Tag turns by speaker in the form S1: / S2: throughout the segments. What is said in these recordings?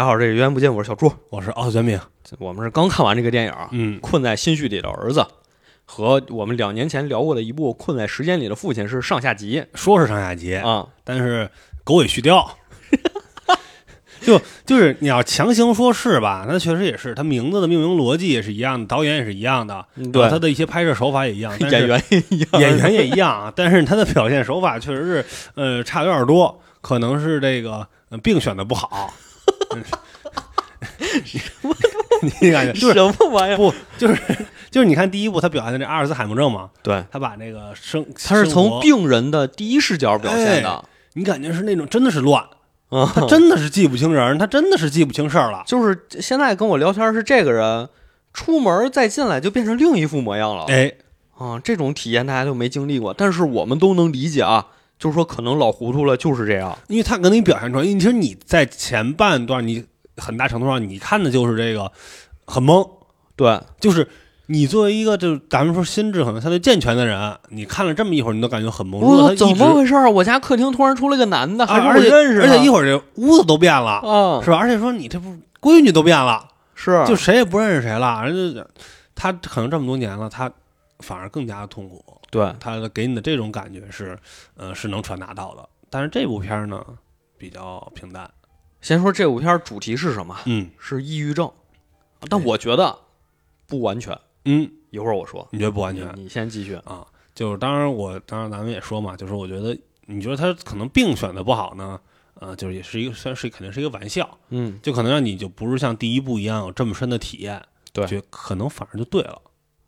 S1: 还好这个源不见我是小猪，
S2: 我是奥特卷饼，
S1: 我们是刚看完这个电影啊，
S2: 嗯
S1: 困在心绪里的儿子》，和我们两年前聊过的一部《困在时间里的父亲》是上下集
S2: 说是上下集，
S1: 啊。
S2: 但是狗尾续貂。 就就是你要强行说是吧，那确实也是，他名字的命名逻辑也是一样的，导演也是一样的，
S1: 嗯
S2: 然后
S1: 对
S2: 他，的一些拍摄手法也一样，但是
S1: 演员一 样，
S2: 演员也一样啊，但是他的表现手法确实是，呃，差有点多，可能是这个呃病选的不好。 你感觉就是
S1: 什么玩意儿？
S2: 不就是就是你看第一部他表现的这阿尔兹海默症嘛，
S1: 对，
S2: 他把那个生
S1: 他是
S2: 生
S1: 从
S2: 活
S1: 病人的第一视角表现的，
S2: 你感觉是那种真的是乱，
S1: 啊，
S2: 他真的是记不清人，他真的是记不清事儿了。
S1: 就是现在跟我聊天是这个人，出门再进来就变成另一副模样了。
S2: 哎，
S1: 啊，这种体验大家都没经历过，但是我们都能理解啊，就是说可能老糊涂了就是这样。
S2: 因为他给你表现出来，因为其实你在前半段，你很大程度上你看的就是这个很懵，
S1: 对，
S2: 就是你作为一个就是咱们说心智可能相对健全的人，你看了这么一会儿，你都感觉很懵。如
S1: 我说
S2: 果他一
S1: 哦怎
S2: 直
S1: 么回事儿？我家客厅突然出来个男的，
S2: 啊
S1: 还是我
S2: 而且
S1: 认识的
S2: 而且一会儿这屋子都变了，
S1: 啊，
S2: 是吧？而且说你这不闺女都变了，
S1: 是
S2: 就谁也不认识谁了。人家他可能这么多年了，他反而更加的痛苦。
S1: 对，
S2: 他给你的这种感觉是，呃，是能传达到的。但是这部片儿呢，比较平淡。
S1: 先说这部片儿主题是什么？
S2: 嗯
S1: 是抑郁症，但我觉得不完全。
S2: 嗯，
S1: 一会儿我说，
S2: 你觉得不完全？
S1: 你你先继续。
S2: 啊，就是当然我当然咱们也说嘛，就是我觉得你觉得他可能病选的不好呢，呃，就是也是一个算是肯定是一个玩笑，
S1: 嗯，
S2: 就可能让你就不是像第一部一样有这么深的体验，
S1: 对
S2: 就可能反而就对了。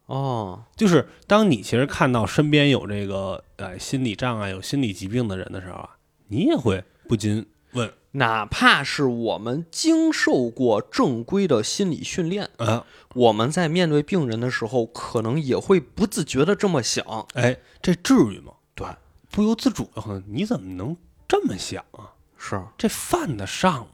S1: 哦，
S2: 就是当你其实看到身边有这个呃心理障碍、有心理疾病的人的时候啊，你也会不禁问
S1: 哪怕是我们经受过正规的心理训练，
S2: 啊，
S1: 我们在面对病人的时候，可能也会不自觉的这么想。
S2: 哎，这至于吗？
S1: 对，
S2: 不由自主的，可能你怎么能这么想啊？
S1: 是，
S2: 这犯得上吗？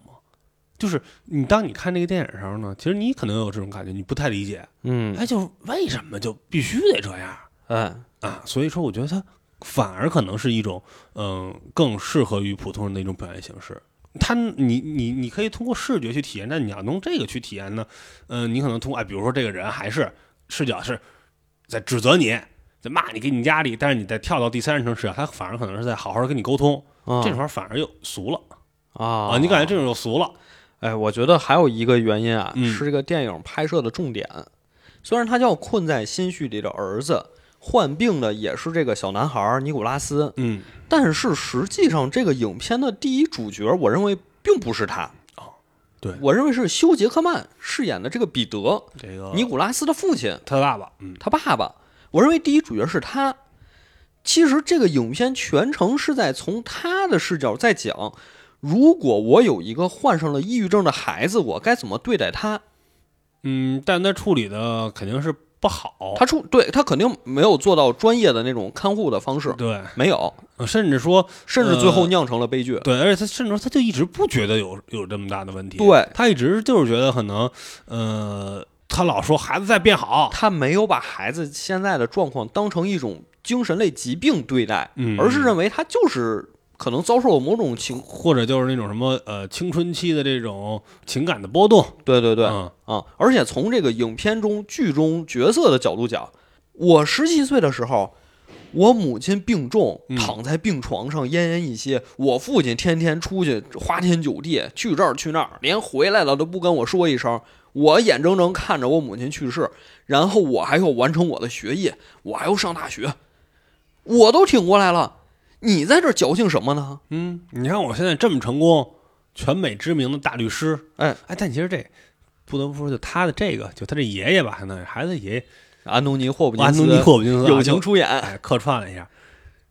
S2: 就是你当你看这个电影的时候呢，其实你可能有这种感觉，你不太理解，
S1: 嗯，
S2: 哎，就是为什么就必须得这样
S1: 哎，
S2: 啊？所以说，我觉得它反而可能是一种，嗯、更适合于普通人的一种表现形式。它，你你你可以通过视觉去体验，但你要用这个去体验呢，嗯、你可能通过，哎，比如说这个人还是视角是在指责你，在骂你，给你压力，但是你再跳到第三人称视角，他反而可能是在好好跟你沟通，
S1: 啊
S2: 这时候反而又俗了
S1: 啊
S2: 啊！你感觉这种又俗了，
S1: 哎，我觉得还有一个原因啊，
S2: 嗯
S1: 是这个电影拍摄的重点。虽然它叫《困在心绪里的儿子》，患病的也是这个小男孩儿尼古拉斯，
S2: 嗯。
S1: 但是实际上这个影片的第一主角，我认为并不是他。
S2: 哦，对哦
S1: 我认为是休·杰克曼饰演的这个彼得，
S2: 这个
S1: 尼古拉斯的父亲，
S2: 他爸爸，嗯，
S1: 他爸爸。我认为第一主角是他。其实这个影片全程是在从他的视角在讲，如果我有一个患上了抑郁症的孩子，我该怎么对待他？
S2: 嗯，但他处理的肯定是不好，
S1: 他出对他肯定没有做到专业的那种看护的方式，
S2: 对，
S1: 没有，
S2: 呃甚至说，
S1: 甚至最后酿成了悲剧。
S2: 对，而且他甚至说他就一直不觉得有有这么大的问题，
S1: 对
S2: 他一直就是觉得可能，呃，他老说孩子在变好，
S1: 他没有把孩子现在的状况当成一种精神类疾病对待，
S2: 嗯，
S1: 而是认为他就是可能遭受了某种情。
S2: 或者就是那种什么呃青春期的这种情感的波动，
S1: 对对对，
S2: 嗯
S1: 啊，而且从这个影片中剧中角色的角度讲，我十七岁的时候，我母亲病重，
S2: 嗯
S1: 躺在病床上奄奄一息，我父亲天天出去花天酒地，去这儿去那儿，连回来了都不跟我说一声。我眼睁睁看着我母亲去世，然后我还要完成我的学业，我还要上大学，我都挺过来了，你在这儿矫情什么呢？
S2: 嗯，你看我现在这么成功，全美知名的大律师，
S1: 哎，
S2: 哎，但其实这不得不说，就他的这个，就他这爷爷吧，相当于孩子爷爷
S1: 安东尼·霍普金
S2: 安
S1: 斯，
S2: 东尼·霍普金斯啊
S1: 友
S2: 就
S1: 情出演
S2: 哎，客串了一下，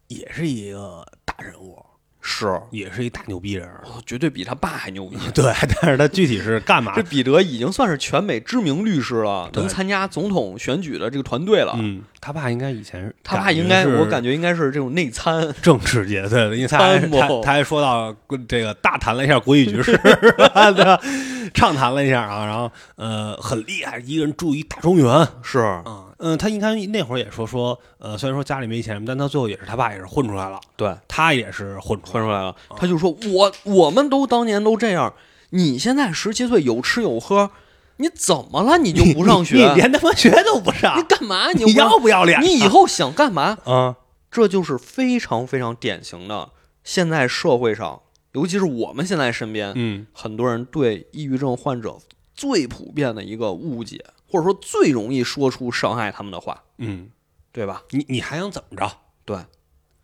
S2: 也是一个大人物，
S1: 是，
S2: 也是一大牛逼人儿。
S1: 我绝对比他爸还牛逼。
S2: 对，但是他具体是 干嘛
S1: 这？彼得已经算是全美知名律师了，
S2: 啊对
S1: 能参加总统选举的这个团队了。
S2: 嗯，他爸应该以前是
S1: 他爸应该，我感
S2: 觉
S1: 觉应该是这种内 参。
S2: 是政治界的，对，因为他还
S1: 参谋
S2: 他他还说到这个大谈了一下国际 局势，是吧对吧？畅谈了一下啊，然后呃很厉害，一个人住一大庄园啊，
S1: 是
S2: 嗯、他应该那会儿也说说呃，虽然说家里没钱，但他最后也是他爸也是混出来了，
S1: 对，
S2: 他也是混出来嗯
S1: 混出来了。他就说：“我我们都当年都这样，你现在十七岁有吃有喝，你怎么了？你就不上学？
S2: 你你连他妈学都不 上
S1: 你，干嘛？ 你
S2: 你要
S1: 要
S2: 不要脸啊？
S1: 你以后想干嘛？
S2: 啊，
S1: 这就是非常非常典型的现在社会上，尤其是我们现在身边，
S2: 嗯
S1: 很多人对抑郁症患者最普遍的一个误解，或者说最容易说出伤害他们的话，
S2: 嗯，
S1: 对吧？
S2: 你你还想怎么着？
S1: 对，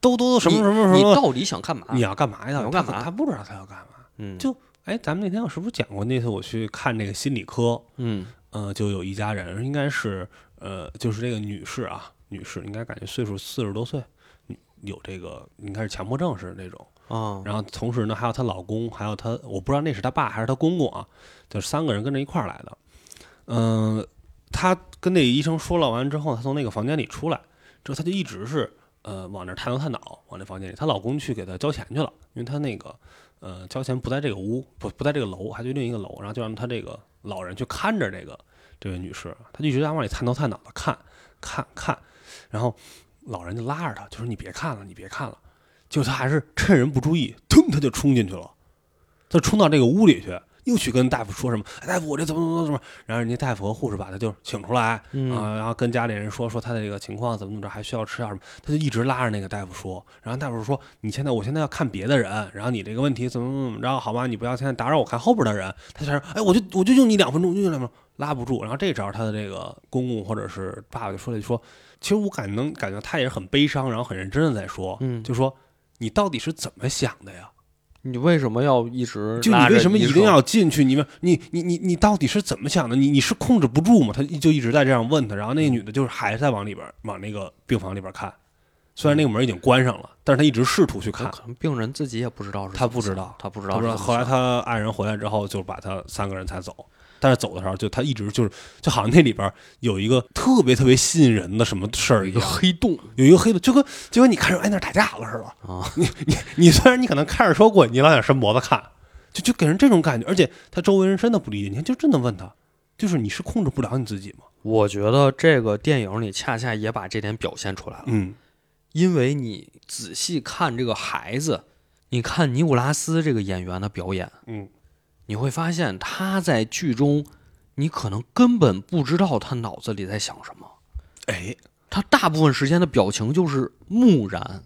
S2: 都都都什么什么什
S1: 你
S2: 么
S1: 你？到底想干嘛？
S2: 你要干嘛呀？
S1: 啊你要干嘛
S2: 他他不知道他要干嘛。
S1: 嗯
S2: 就哎，咱们那天我是不是讲过？那次我去看那个心理科，
S1: 嗯
S2: 呃，就有一家人，应该是呃，就是这个女士啊，女士应该感觉岁数四十多岁，嗯有这个应该是强迫症似的那种。
S1: 啊
S2: 然后同时呢，还有她老公，还有她，我不知道那是她爸还是她公公啊，就是三个人跟着一块儿来的。嗯、她跟那医生说了完之后，她从那个房间里出来之后，她就一直是呃往那儿探头探脑，往那房间里。她老公去给她交钱去了，因为她那个呃交钱不在这个屋，不不在这个楼，还去另一个楼，然后就让她这个老人去看着这个这位女士，她就一直在往里探头探脑的看看看，然后老人就拉着她，就说你别看了，你别看了。就他还是趁人不注意，腾他就冲进去了，他冲到这个屋里去，又去跟大夫说什么：“哎，大夫，我这怎么怎么怎么？”然后人家大夫和护士把他就请出来，
S1: 嗯
S2: 啊，然后跟家里人说说他的这个情况怎么怎么着，还需要吃药什么，他就一直拉着那个大夫说，然后大夫说你现在我现在要看别的人，然后你这个问题怎么怎么着，好吧，你不要现在打扰我看后边的人，他就说，哎，我就我就用你两分钟，我就用两分钟，拉不住，然后这招他的这个公公或者是爸爸就说了一句说，其实我感能感觉他也是很悲伤，然后很认真的在说，
S1: 嗯，
S2: 就说你到底是怎么想的呀？
S1: 你为什么要一直
S2: 就
S1: 拉
S2: 你
S1: 着
S2: 为什么一
S1: 医
S2: 定
S1: 生
S2: 要进去？你们，你你你你到底是怎么想的？你你是控制不住吗？他一就一直在这样问他，然后那
S1: 嗯
S2: 个女的就是还在往里边儿往那个病房里边儿看，虽然那个门已经关上了，但是她一直试图去看
S1: 有。可能病人自己也不知道是
S2: 他
S1: 怎么
S2: 不知
S1: 想
S2: 道，
S1: 他不知
S2: 她
S1: 道
S2: 不
S1: 是怎
S2: 知
S1: 么
S2: 道，
S1: 想。
S2: 后来她爱人回来之后，就把她三个人才走。但是走的时候，就她一直就是，就好像那里边儿有一个特别特别吸引人的什么事儿
S1: 一
S2: 一
S1: 个
S2: 样，
S1: 黑洞
S2: 有一个黑的，就跟就跟你看着哎那儿打架了似的，
S1: 啊，
S2: 你虽然你可能看着说滚，你老想伸脖子看，就就给人这种感觉，而且他周围人真的不理解，你看就真的问他，就是你是控制不了你自己吗？
S1: 我觉得这个电影里恰恰也把这点表现出来了，
S2: 嗯
S1: 因为你仔细看这个孩子，你看尼古拉斯这个演员的表演，
S2: 嗯，
S1: 你会发现他在剧中，你可能根本不知道他脑子里在想什么，
S2: 哎，
S1: 他大部分时间的表情就是木然，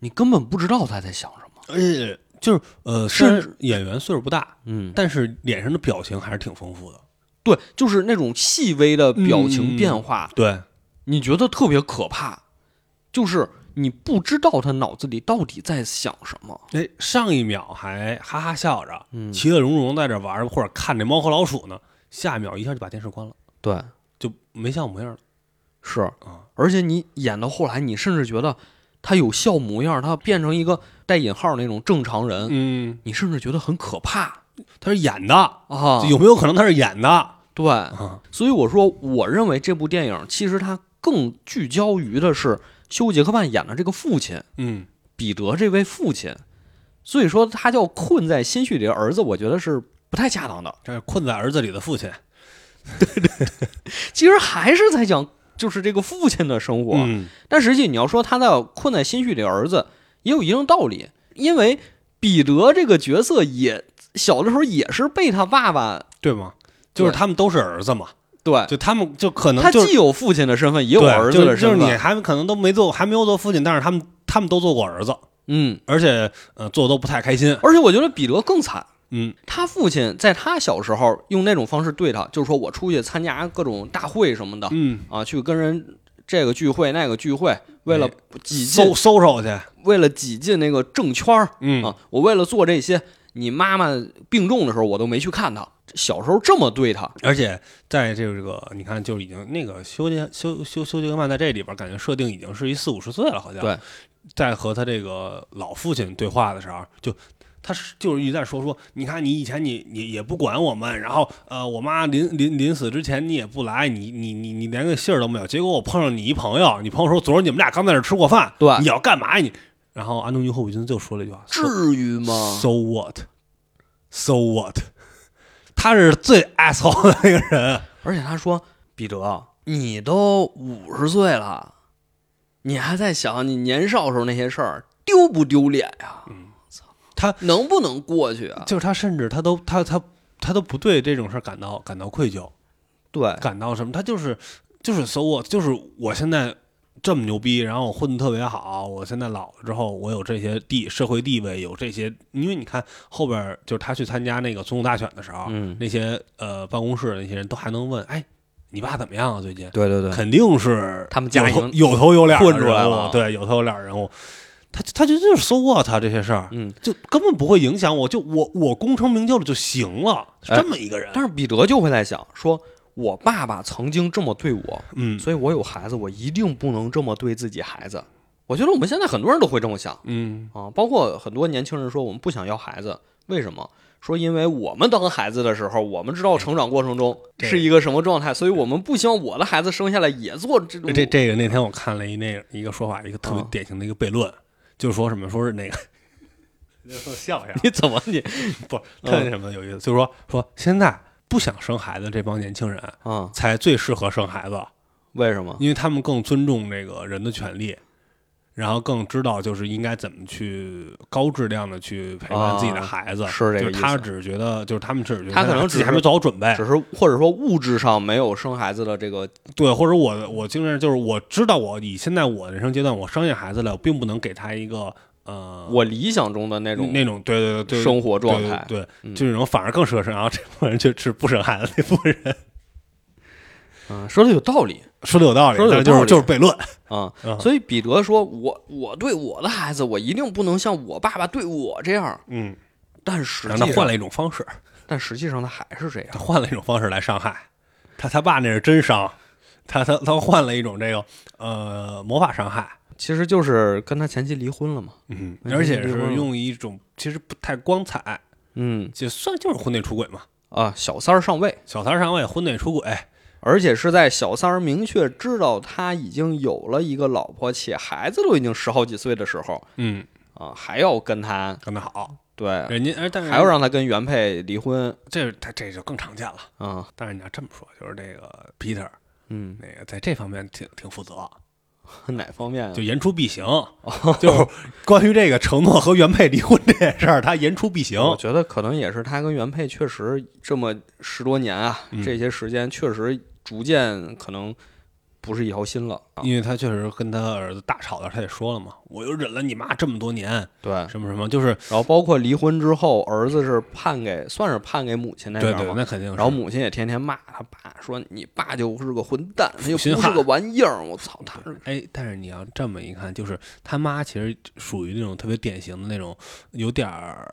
S1: 你根本不知道他在想什么。
S2: 呃，就是呃，虽然演员岁数不大，
S1: 嗯，
S2: 但是脸上的表情还是挺丰富的。
S1: 对，就是那种细微的表情变化，
S2: 对，
S1: 你觉得特别可怕，就是你不知道他脑子里到底在想什么。
S2: 哎，上一秒还哈哈笑着，
S1: 嗯
S2: 其乐融融在这玩儿或者看这猫和老鼠呢，下一秒一下就把电视关了，
S1: 对，
S2: 就没像模样了。
S1: 是
S2: 啊，
S1: 而且你演到后来，你甚至觉得他有笑模样，他变成一个带引号那种正常人，
S2: 嗯，
S1: 你甚至觉得很可怕
S2: 他是演的，
S1: 啊
S2: 就。有没有可能他是演的？
S1: 对，
S2: 啊，
S1: 所以我说，我认为这部电影其实它更聚焦于的是休·杰克曼演的这个父亲
S2: 嗯，
S1: 彼得这位父亲，所以说他叫困在心绪里的儿子，我觉得是不太恰当的。
S2: 这是困在儿子里的父亲。
S1: 其实还是在讲就是这个父亲的生活，
S2: 嗯，
S1: 但实际你要说他在困在心绪里的儿子，也有一定道理，因为彼得这个角色也小的时候也是被他爸爸
S2: 对吗？就是
S1: 对
S2: 他们都是儿子嘛，
S1: 对
S2: 就他们就可能
S1: 他
S2: 就是
S1: 既有父亲的身份，也有
S2: 对
S1: 儿子的
S2: 就，
S1: 身
S2: 就是你
S1: 份，
S2: 还可能都没做，还没有做父亲，但是他们他们都做过儿子，
S1: 嗯，
S2: 而且呃做的都不太开心。
S1: 而且我觉得彼得更惨。
S2: 嗯
S1: 他父亲在他小时候用那种方式对他，就是说我出去参加各种大会什么的
S2: 嗯，
S1: 啊，去跟人这个聚会那个聚会，为了挤
S2: 哎搜
S1: 进
S2: 搜手去。
S1: 为了挤进那个政圈儿
S2: 嗯
S1: 啊，我为了做这些，你妈妈病重的时候我都没去看她，小时候这么对她，
S2: 而且在这个你看，就已经那个休杰休休休杰克曼在这里边感觉设定已经是一四五十岁了，好像
S1: 对，
S2: 在和他这个老父亲对话的时候，就他是就是一直在说说，你看你以前你你也不管我们，然后呃，我妈临临临死之前你也不来，你你你你连个信儿都没有。结果我碰上你一朋友，你朋友说昨儿你们俩刚在那儿吃过饭，
S1: 对
S2: 你要干嘛呀你？然后安东尼·霍普金斯就说了一句话
S1: 至于吗？
S2: ：“So what？So what？” 他是最 asshole 的那个人。
S1: 而且他说，彼得，你都五十岁了，嗯你还在想你年少时候那些事儿，丢不丢脸呀？
S2: 他
S1: 能不能过去啊？
S2: 就是他甚至他都他他他都不对这种事儿感到感到愧疚，
S1: 对，
S2: 感到什么？他就是就是所我就是我现在这么牛逼，然后我混得特别好，我现在老了之后，我有这些地社会地位，有这些，因为你看后边儿就是他去参加那个总统大选的时候，
S1: 嗯，
S2: 那些呃办公室的那些人都还能问，哎，你爸怎么样啊？最近
S1: 对对对，
S2: 肯定是
S1: 他们家
S2: 有头
S1: 已
S2: 有头有脸的
S1: 混出来
S2: 人物
S1: 了
S2: 对，有头有脸的人物。他他就就是 so what 啊这些事儿，
S1: 嗯，
S2: 就根本不会影响我，就我我功成名就了就行了，是
S1: 哎
S2: 这么一个人。
S1: 但是彼得就会在想说。我爸爸曾经这么对我，
S2: 嗯
S1: 所以我有孩子，我一定不能这么对自己孩子。我觉得我们现在很多人都会这么想
S2: 嗯
S1: 啊，包括很多年轻人说我们不想要孩子，为什么？说因为我们当孩子的时候，我们知道成长过程中
S2: 对
S1: 是一个什么状态，所以我们不希望我的孩子生下来也做这种
S2: 这这个那天我看了一那个一个说法，一个特别
S1: 啊
S2: 典型的一个悖论，就说什么说是那个， 笑一下，
S1: 你怎么你
S2: 不是
S1: 嗯
S2: 特别什么有意思，就是说说现在不想生孩子这帮年轻人
S1: 啊？
S2: 才最适合生孩子，
S1: 为什么？
S2: 因为他们更尊重这个人的权利，然后更知道就是应该怎么去高质量的去陪伴自己的孩子。
S1: 啊是这个
S2: 就
S1: 意
S2: 是
S1: 思
S2: 他只是觉得，就是他们只是觉得
S1: 他可能
S2: 自
S1: 只
S2: 己
S1: 是
S2: 还没做好准备
S1: 只，是或者说物质上没有生孩子的这个
S2: 对，或者我我经常就是我知道我以现在我人生阶段我生下孩子来，我并不能给他一个呃
S1: 我理想中的那种
S2: 那种对对对对
S1: 生活状态。
S2: 对对对
S1: 嗯
S2: 就这种反而更适合生，然后这部分人就是不生孩子那部分人，
S1: 嗯，说的有道理
S2: 说的有道理，
S1: 说得有
S2: 但就
S1: 道
S2: 是
S1: 理
S2: 就是悖论，
S1: 啊、
S2: 嗯
S1: 所以彼得说：“我我对我的孩子，我一定不能像我爸爸对我这样。
S2: 嗯，”
S1: 但实
S2: 然
S1: 际
S2: 后他
S1: 上，
S2: 换了一种方式，
S1: 但实际上他还是这样。
S2: 他换了一种方式来伤害，他他爸那是真伤，他他他换了一种这个呃魔法伤害，
S1: 其实就是跟他前妻离婚了嘛。
S2: 嗯，
S1: 嗯
S2: 而且是用一种其实不太光彩，
S1: 嗯
S2: 就算就是婚内出轨嘛，
S1: 啊，小三儿上位，
S2: 小三儿上位，婚内出轨，
S1: 而且是在小三儿明确知道他已经有了一个老婆，且孩子都已经十好几岁的时候
S2: 嗯，
S1: 啊，还要跟他
S2: 干得好，
S1: 对，
S2: 人家哎，但是
S1: 啊还要让他跟原配离婚
S2: 这他这就更常见了，
S1: 啊。
S2: 但是你要这么说，就是这个 Peter
S1: 嗯，
S2: 那个在这方面挺挺负责，
S1: 哪方面啊
S2: 就言出必行，就是 关于这个承诺和原配离婚这件事儿，他言出必行，
S1: 我觉得可能也是他跟原配确实这么十多年啊，
S2: 嗯
S1: 这些时间确实逐渐可能不是一条心了。啊
S2: 因为他确实跟他儿子大吵的时候，他也说了嘛，我又忍了你妈这么多年，
S1: 对，然
S2: 什么什么，就是
S1: 后包括离婚之后，儿子是判给算是判给母亲那
S2: 对
S1: 边
S2: 对，
S1: 嘛。
S2: 那肯定是。
S1: 然后母亲也天天骂他爸，说你爸就是个混蛋，他就
S2: 心
S1: 不是个
S2: 汉
S1: 玩意儿。我操，他是
S2: 哎，但是你要这么一看，就是他妈其实属于那种特别典型的那种，有点儿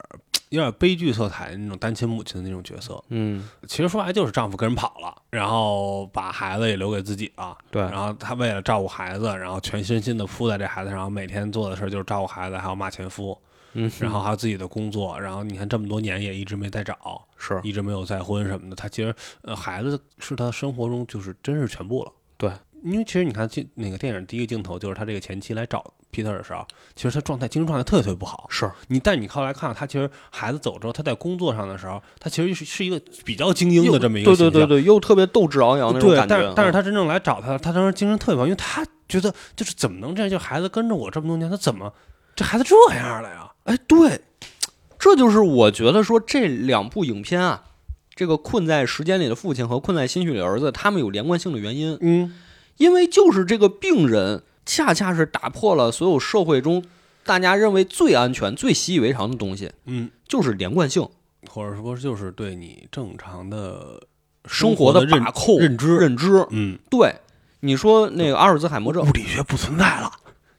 S2: 有点儿悲剧色彩的那种单亲母亲的那种角色。
S1: 嗯，
S2: 其实说白了就是丈夫跟人跑了，然后把孩子也留给自己了。
S1: 对
S2: 然后她为了照顾孩子，然后全身心的扑在这孩子上，每天做的事儿就是照顾孩子，还有骂前夫，
S1: 嗯，
S2: 然后还有自己的工作。然后你看这么多年也一直没再找，
S1: 是
S2: 一直没有再婚什么的。他其实呃，孩子是他生活中就是真是全部了。
S1: 对，
S2: 因为其实你看镜那个电影第一个镜头就是他这个前妻来找皮特的时候，其实他状态精神状态特别特别不好。
S1: 是，
S2: 你但你后来看他其实孩子走之后，他在工作上的时候，他其实是是一个比较精英的这么一个
S1: 对
S2: 形
S1: 对
S2: 象。
S1: 对对，又特别斗志昂扬那种
S2: 对
S1: 感，觉。嗯
S2: 但是但是
S1: 他
S2: 他真正来找他，他当时精神特别不好，因为他觉得就是怎么能这样？就孩子跟着我这么多年，他怎么这孩子这样了呀？
S1: 哎，对，这就是我觉得说这两部影片啊，这个困在时间里的父亲和困在心绪里的儿子，他们有连贯性的原因，
S2: 嗯，
S1: 因为就是这个病人恰恰是打破了所有社会中大家认为最安全、最习以为常的东西，
S2: 嗯，
S1: 就是连贯性、
S2: 或者说就是对你正常的
S1: 生
S2: 活
S1: 活的
S2: 认
S1: 把控、
S2: 认知，
S1: 认知。
S2: 嗯，
S1: 对，你说那个阿尔兹海默症
S2: 物，理学不存在了，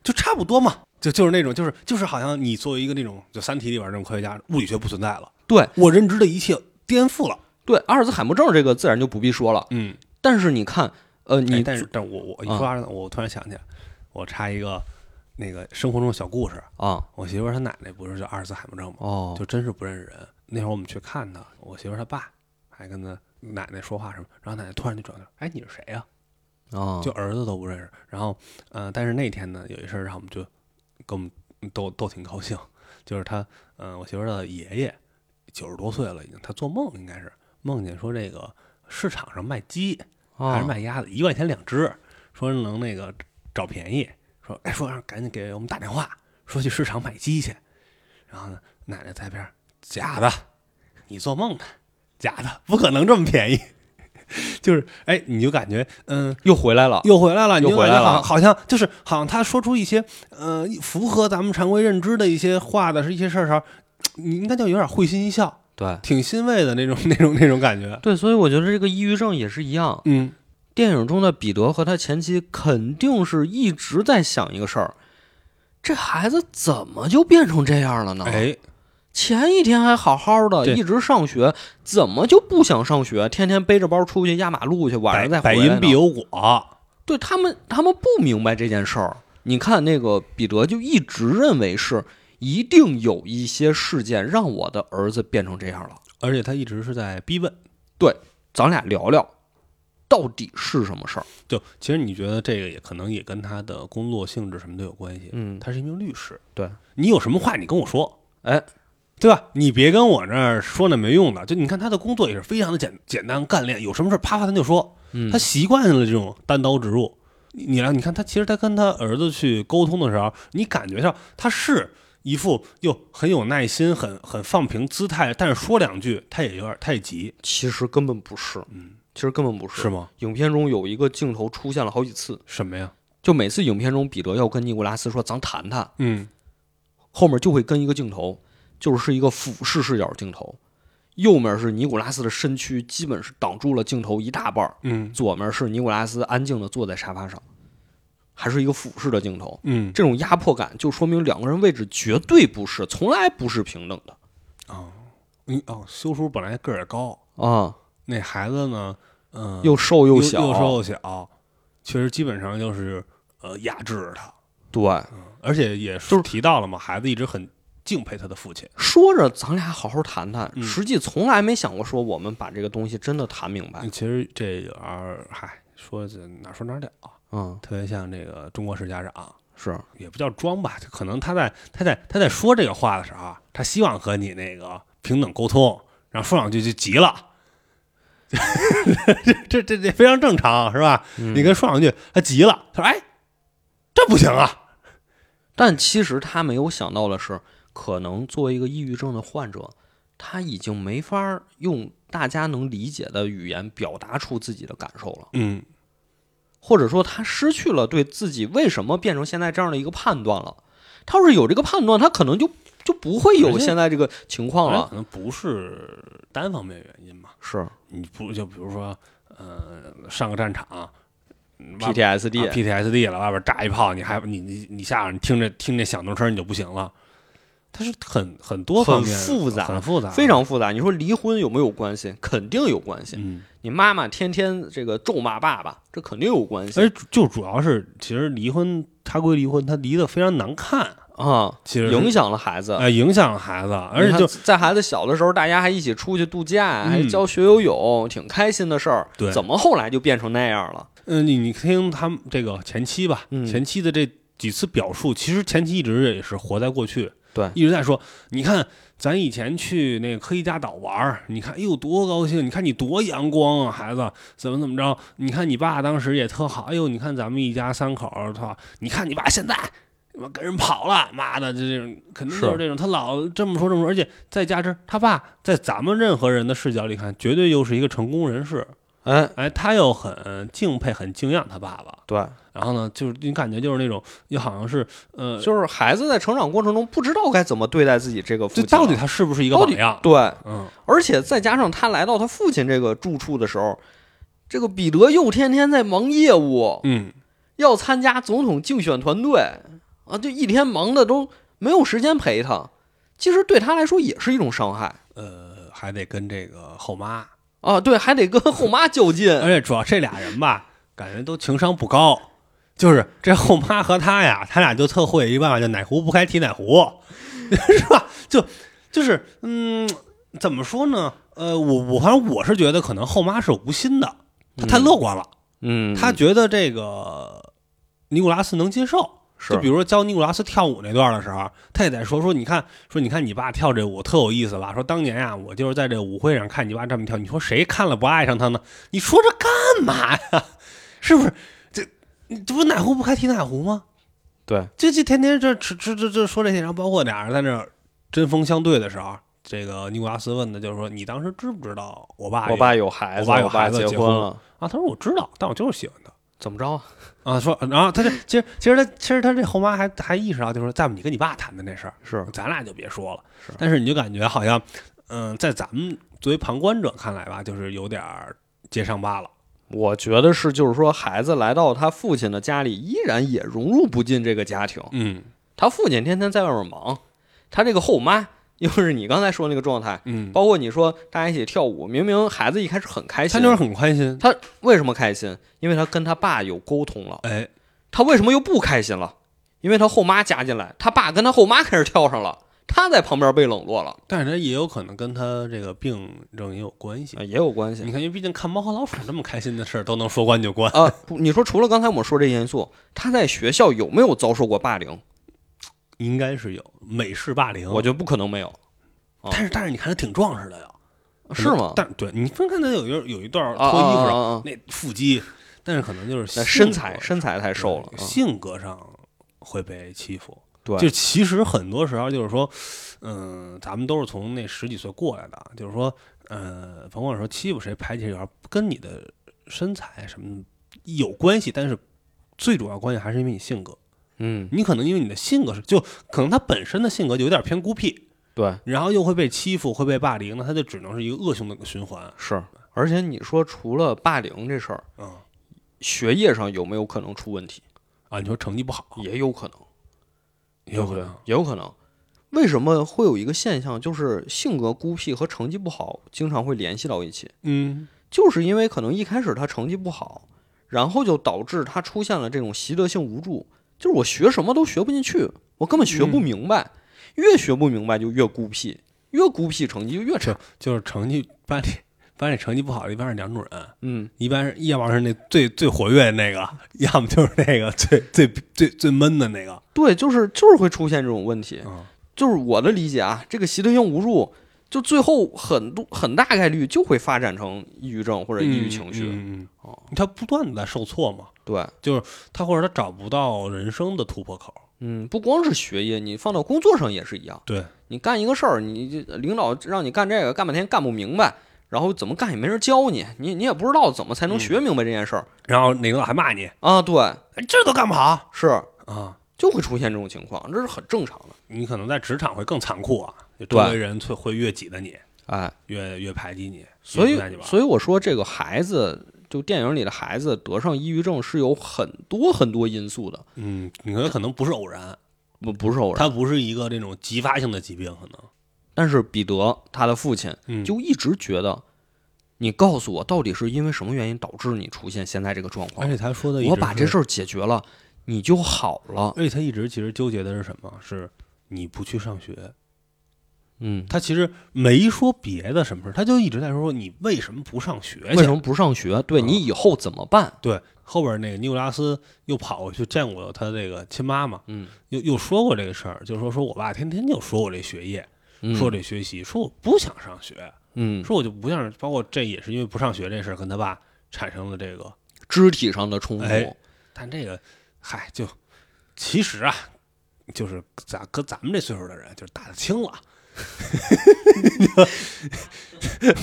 S2: 就差不多嘛。就就是那种，就是就是好像你作为一个那种，就《三体》里边那种科学家，物理学不存在了，
S1: 对
S2: 我认知的一切颠覆了。
S1: 对，阿尔兹海默症这个自然就不必说了。
S2: 嗯，
S1: 但是你看，呃，
S2: 你嗯
S1: 你
S2: 但是但是我我一说二，我突然想起来，我插一个那个生活中的小故事。
S1: 啊，
S2: 我媳妇儿她奶奶不是叫阿尔兹海默症吗？
S1: 哦，
S2: 就真是不认识人。那会儿我们去看她，我媳妇儿她爸还跟她奶奶说话什么，然后奶奶突然就转头，哎，你是谁呀、
S1: 啊，
S2: 就儿子都不认识。然后，呃，但是那天呢，有一事儿让我们就跟我们都都挺高兴， 就是他，嗯、我媳妇儿的爷爷九十多岁了已经，他做梦应该是梦见说这个市场上卖鸡还
S1: 还
S2: 是卖鸭子，一万块钱两只，说能那个找 便宜，说哎说让赶紧给我们打电话，说去市场买鸡去。然后呢，奶奶在边儿，假的，你做梦呢，假的，不可能这么便宜。 就是，哎，你就感觉，嗯、
S1: 又回来了。
S2: 又回来了，你
S1: 又
S2: 就
S1: 回
S2: 感
S1: 来
S2: 觉好
S1: 了
S2: 好像就是好像他说出一些呃符合咱们常规认知的一些话的是一些事儿的时候，你应该就有点会心一笑，
S1: 对
S2: 挺欣慰的那种那种那种感觉。
S1: 对，所以我觉得这个抑郁症也是一样。
S2: 嗯，
S1: 电影中的彼得和他前妻肯定是一直在想一个事儿：这孩子怎么就变成这样了呢？
S2: 哎，
S1: 前一天还好好的，
S2: 对
S1: 一直上学，怎么就不想上学？天天背着包出去压马路去，晚
S2: 百
S1: 上再
S2: 百
S1: 回来
S2: 因
S1: 呢
S2: 必有果，
S1: 对他们，他们不明白这件事儿。你看那个彼得就一直认为是一定有一些事件让我的儿子变成这样了。
S2: 而且他一直是在逼问。
S1: 咱俩聊聊，到底是什么事儿？
S2: 就其实你觉得这个也可能也跟他的工作性质什么的有关系。
S1: 嗯，
S2: 他是一名律师，
S1: 对
S2: 你有什么话你跟我说，
S1: 哎，
S2: 对吧？你别跟我这儿说那没用的。就你看他的工作也是非常的简简单干练，有什么事儿啪啪他就说。
S1: 嗯
S2: 他习惯了这种单刀直入。你你来，你看他其实他跟他儿子去沟通的时候，你感觉上他是一副又很有耐心、很很放平姿态，但是说两句他也有点太急，
S1: 其实根本不是，
S2: 嗯，
S1: 其实根本不是。
S2: 是吗？
S1: 影片中有一个镜头出现了好几次，
S2: 什么呀？
S1: 就每次影片中彼得要跟尼古拉斯说“咱谈谈
S2: 嗯，”，
S1: 后面就会跟一个镜头，就是一个俯视视角镜头，右面是尼古拉斯的身躯，基本是挡住了镜头一大半儿。
S2: 嗯
S1: 左面是尼古拉斯安静的坐在沙发上，还是一个俯视的镜头。
S2: 嗯
S1: 这种压迫感就说明两个人位置绝对不是，从来不是平等的
S2: 你哦，修叔本来个儿也高，
S1: 啊，
S2: 那孩子呢，嗯、
S1: 又瘦
S2: 又
S1: 小，
S2: 又瘦又小，其实基本上就是呃压制着他，
S1: 对，
S2: 而且也
S1: 就是
S2: 提到了嘛，孩子一直很敬佩他的父亲。
S1: 说着咱俩好好谈谈，
S2: 嗯
S1: 实际从来没想过说我们把这个东西真的谈明白
S2: 嗯。其实这有点儿，嗨，说这哪说哪儿了，啊
S1: 嗯，
S2: 特别像这个中国式家长，
S1: 是
S2: 也不叫装吧，就可能他在他在他在说这个话的时候啊，他希望和你那个平等沟通，然后说两句就急了。 这这这这非常正常，是吧？你跟说两句，他急了，他说：“哎，这不行啊
S1: 但其实他没有想到的是，可能作为一个抑郁症的患者，他已经没法儿用大家能理解的语言表达出自己的感受了！”。
S2: 嗯，
S1: 或者说他失去了对自己为什么变成现在这样的一个判断了。他要是有这个判断，他可能就就不会有
S2: 而且
S1: 现在这个情况
S2: 而且
S1: 了。
S2: 可能不是单方面原因嘛。
S1: 是
S2: 你不就比如说，呃，上个战场嗯挖
S1: PTSD，、
S2: 啊 PTSD 了，外边炸一炮，你还你你你下来，你听着听这响动声你就不行了。它是很很多方面
S1: 很复杂
S2: 很复杂，
S1: 非常复杂。你说离婚有没有关系？肯定有关系。
S2: 嗯。
S1: 你妈妈天天这个咒骂爸爸，这肯定有关系
S2: 而就主要是，其实离婚，他归离婚，他离得非常难看，
S1: 啊，
S2: 其实是
S1: 影响了孩子。
S2: 呃影响孩子，
S1: 你
S2: 而且
S1: 看
S2: 就
S1: 在孩子小的时候，大家还一起出去度假，
S2: 嗯
S1: 还教学游泳，挺开心的事儿。
S2: 对
S1: 怎么后来就变成那样了？
S2: 嗯、你你听他们这个前妻吧，
S1: 嗯
S2: 前妻的这几次表述，其实前妻一直也是活在过去，
S1: 对
S2: 一直在说，你看咱以前去那个科学家岛玩儿，你看哎呦多高兴，你看你多阳光啊，孩子怎么怎么着，你看你爸当时也特好，哎呦，你看咱们一家三口儿，操，你看你爸现在。妈跟人跑了，妈的，这这种肯定就是
S1: 是
S2: 这种。他老这么说这么说，而且再加之他爸在咱们任何人的视角里看，绝对又是一个成功人士。
S1: 哎，
S2: 哎，他又很敬佩、很敬仰他爸爸。
S1: 对，
S2: 然后呢，就是你感觉就是那种，又好像是 呃，
S1: 就是孩子在成长过程中不知道该怎么对待自己这个父
S2: 就
S1: 亲，啊
S2: 到底他是不是一个
S1: 到
S2: 榜
S1: 底哦
S2: 样？
S1: 对，
S2: 嗯，
S1: 而且再加上他来到他父亲这个住处的时候，这个彼得又天天在忙业务，
S2: 嗯，
S1: 要参加总统竞选团队啊，就一天忙的都没有时间陪他。其实对他来说也是一种伤害
S2: 呃，还得跟这个后妈，
S1: 啊，对，还得跟后妈较劲
S2: 而。且主要这俩人吧，感觉都情商不高。就是这后妈和他呀，他俩就特会一办法，就哪壶不开提哪壶， 是吧？就就是嗯，怎么说呢？呃，我我反正我是觉得可能后妈是无心的，她太乐观了。
S1: 嗯，
S2: 他觉得这个尼古拉斯能接受。
S1: 是
S2: 就比如说教尼古拉斯跳舞那段的时候，他也在说说你看说你看你爸跳这舞特有意思吧？说当年呀、我就是在这舞会上看你爸这么跳，你说谁看了不爱上他呢？你说这干嘛呀？ 是不是？这你这不哪壶不开提哪壶吗？
S1: 对
S2: 这这天天这吃吃这这说这些，然后包括俩人在那儿针锋相对的时候，这个尼古拉斯问的就是说，你当时知不知道我爸
S1: 我爸有孩子，
S2: 我爸有
S1: 我爸
S2: 孩子
S1: 结
S2: 结
S1: 婚
S2: 婚
S1: 了，
S2: 啊？他说我知道，但我就是喜欢他。
S1: 怎么着啊？
S2: 啊，说，然后他这其实其实他其实他这后妈还还意识到，就是在你跟你爸谈的那事儿，
S1: 是
S2: 咱俩就别说了。
S1: 是
S2: 但是你就感觉好像，嗯、在咱们作为旁观者看来吧，就是有点儿接上疤了。
S1: 我觉得是，就是说，孩子来到他父亲的家里，依然也融入不进这个家庭。
S2: 嗯
S1: 他父亲天天在外面忙，他这个后妈又是你刚才说那个状态，
S2: 嗯，
S1: 包括你说大家一起跳舞，明明孩子一开始很开
S2: 他
S1: 心，
S2: 就是很开心。
S1: 他为什么开心？因为他跟他爸有沟通了。
S2: 哎，
S1: 他为什么又不开心了？因为他后妈加进来，他爸跟他后妈开始跳上了，他在旁边被冷落了，
S2: 但是他也有可能跟他这个病症也有关系。
S1: 呃也有关系
S2: 你看，因为毕竟看猫和老鼠这么开心的事儿都能说关就关，
S1: 啊。不你说除了刚才我们说这些因素，他在学校有没有遭受过霸凌？
S2: 应该是有美式霸凌。
S1: 我觉得不可能没有，哦
S2: 但是但是你看他挺壮实的呀，
S1: 是吗？
S2: 但对你分看他有一有一段
S1: 啊
S2: 脱衣服
S1: 啊
S2: 上
S1: 啊啊
S2: 那腹肌，但是可能就是
S1: 那
S2: 性
S1: 身
S2: 格
S1: 材
S2: 上
S1: 身材太瘦了
S2: 对，
S1: 嗯
S2: 性格上会被欺负。
S1: 对
S2: 就其实很多时候就是说，嗯、咱们都是从那十几岁过来的，就是说，呃，甭管说欺负谁、排挤谁，跟你的身材什么有关系，但是最主要关系还是因为你性格。
S1: 嗯，
S2: 你可能因为你的性格是，就可能他本身的性格就有点偏孤僻，
S1: 对，
S2: 然后又会被欺负、会被霸凌，那他就只能是一个恶性的循环。
S1: 是。而且你说除了霸凌这事儿，
S2: 嗯
S1: 学业上有没有可能出问题？
S2: 啊，你说成绩不好，
S1: 也有可能，
S2: 也有可能。
S1: 也有可能。为什么会有一个现象，就是性格孤僻和成绩不好经常会联系到一起？
S2: 嗯，
S1: 就是因为可能一开始他成绩不好，然后就导致他出现了这种习得性无助，就是我学什么都学不进去，我根本学不明白，越学不明白就越孤僻，越孤僻成绩就越差
S2: 就。就是成绩班里班里成绩不好的一般是两种人，
S1: 嗯，
S2: 一般是要么是那最最活跃的那个，要么就是那个最最最最闷的那个。
S1: 对，就是就是会出现这种问题。
S2: 嗯
S1: 就是我的理解啊，这个习得性无助，就最后很多很大概率就会发展成抑郁症或者抑郁情绪。
S2: 嗯嗯
S1: 哦
S2: 嗯他不断的在受挫嘛，
S1: 对，
S2: 他或者他找不到人生的突破口。
S1: 嗯，不光是学业，你放到工作上也是一样。
S2: 对，
S1: 你干一个事儿，你这领导让你干这个，干半天干不明白，然后怎么干也没人教你，你你也不知道怎么才
S2: 嗯
S1: 能学明白这件事儿、
S2: 然后领导还骂你，
S1: 啊。对，
S2: 哎这都干不好
S1: 是
S2: 啊！
S1: 就会出现这种情况，这是很正常的。
S2: 你可能在职场会更残酷啊，就周
S1: 对
S2: 围人会会越挤得你，
S1: 哎，
S2: 越越排挤你，
S1: 所以
S2: 越不带你玩
S1: 所以我说这个孩子，就电影里的孩子得上抑郁症是有很多很多因素的，
S2: 嗯，你觉得可能不是偶然，
S1: 不不是偶然。
S2: 它不是一个这种激发性的疾病，可能
S1: 但是彼得他的父亲
S2: 嗯
S1: 就一直觉得，你告诉我到底是因为什么原因导致你出现现在这个状
S2: 而
S1: 况，
S2: 且他说的，
S1: 我把这事儿解决了，你就好了。
S2: 而且他一直其实纠结的是什么？是你不去上学。
S1: 嗯，
S2: 他其实没说别的什么事儿，他就一直在说你为什么不上学去？
S1: 为什么不上学？对
S2: 嗯
S1: 你以后怎么办？
S2: 对，后边那个尼古拉斯又跑过去见过他这个亲妈嘛，
S1: 嗯，
S2: 又又说过这个事儿，就说说我爸天天就说我这学业，
S1: 嗯
S2: 说这学习，说我不想上学，
S1: 嗯，
S2: 说我就不想，包括这也是因为不上学这事儿跟他爸产生了这个，
S1: 肢体上的冲突，
S2: 哎但这个嗨，就其实啊，就是咱搁咱们这岁数的人，就是打得轻了。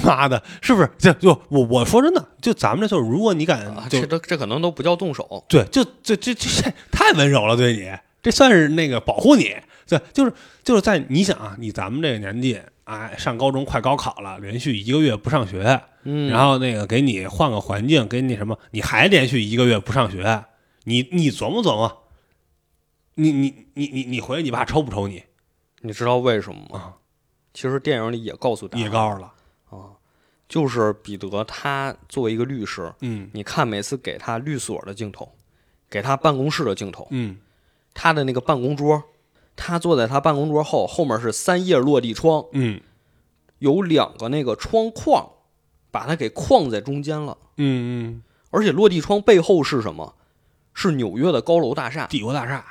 S2: 妈的，是不是？就就我我说真的，就咱们这岁数，如果你敢
S1: 啊
S2: 就、
S1: 这都这可能都不叫动手。
S2: 对，就就就就这太温柔了，对你，这算是那个保护你。对，就是就是在你想啊，你咱们这个年纪，哎，上高中快高考了，连续一个月不上学，
S1: 嗯，
S2: 然后那个给你换个环境，给你什么，你还连续一个月不上学，你你琢磨琢磨，你你你你你回去你爸抽不抽你？
S1: 你知道为什么吗？
S2: 啊
S1: 其实电影里也告诉大
S2: 也
S1: 家
S2: 告诉了，
S1: 啊，就是彼得他作为一个律师，
S2: 嗯
S1: 你看每次给他律所的镜头，给他办公室的镜头，
S2: 嗯，
S1: 他的那个办公桌，他坐在他办公桌后，后面是三叶落地窗，
S2: 嗯
S1: 有两个那个窗框，把它给框在中间了。
S2: 嗯嗯，
S1: 而且落地窗背后是什么？是纽约的高楼大厦。
S2: 帝国大厦，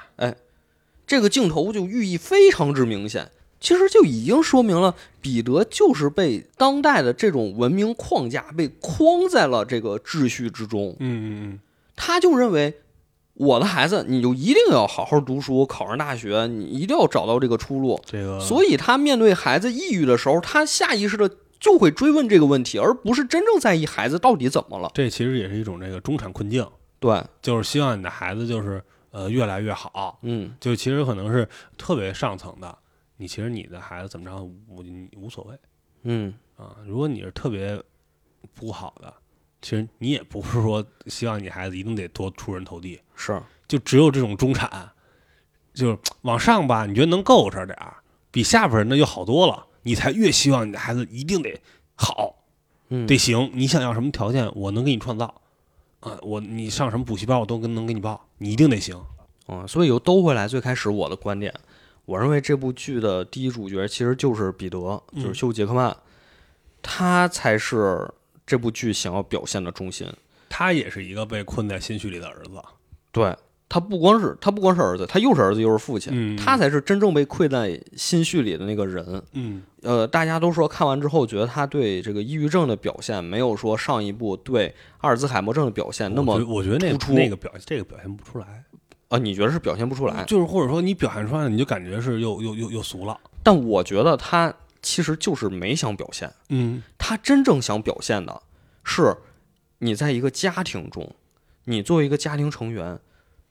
S1: 这个镜头就寓意非常之明显，其实就已经说明了彼得就是被当代的这种文明框架被框在了这个秩序之中。
S2: 嗯嗯
S1: 他就认为我的孩子，你就一定要好好读书，考上大学，你一定要找到这个出路。
S2: 这个
S1: 所以他面对孩子抑郁的时候，他下意识的就会追问这个问题，而不是真正在意孩子到底怎么了。
S2: 这其实也是一种这个中产困境，
S1: 对，
S2: 就是希望你的孩子就是呃越来越好，
S1: 嗯，
S2: 就其实可能是特别上层的，你其实你的孩子怎么着无你无所谓
S1: 嗯，
S2: 啊。如果你是特别不好的，其实你也不是说希望你孩子一定得多出人头地，
S1: 是，
S2: 就只有这种中产，就是往上吧，你觉得能够着点儿，比下边儿那就好多了，你才越希望你的孩子一定得好，
S1: 嗯，
S2: 得行，你想要什么条件，我能给你创造。啊，我你上什么补习班，我都跟能给你报，你一定得行。
S1: 啊、所以又兜回来，最开始我的观点，我认为这部剧的第一主角其实就是彼得，
S2: 嗯
S1: 就是休·杰克曼，他才是这部剧想要表现的中心。
S2: 他也是一个被困在心绪里的儿子，
S1: 对他不光是他不光是儿子，他又是儿子又是父亲，
S2: 嗯
S1: 他才是真正被困在心绪里的那个人。
S2: 嗯，
S1: 呃，大家都说看完之后觉得他对这个抑郁症的表现没有说上一部对阿尔兹海默症的表现那
S2: 我
S1: 么
S2: 觉得我觉得那
S1: 突出
S2: 个那个表这个表现不出来，
S1: 啊，你觉得是表现不出来？
S2: 就是或者说你表现出来，你就感觉是又又又又俗了，
S1: 但我觉得他其实就是没想表现。
S2: 嗯
S1: 他真正想表现的是，你在一个家庭中，你作为一个家庭成员，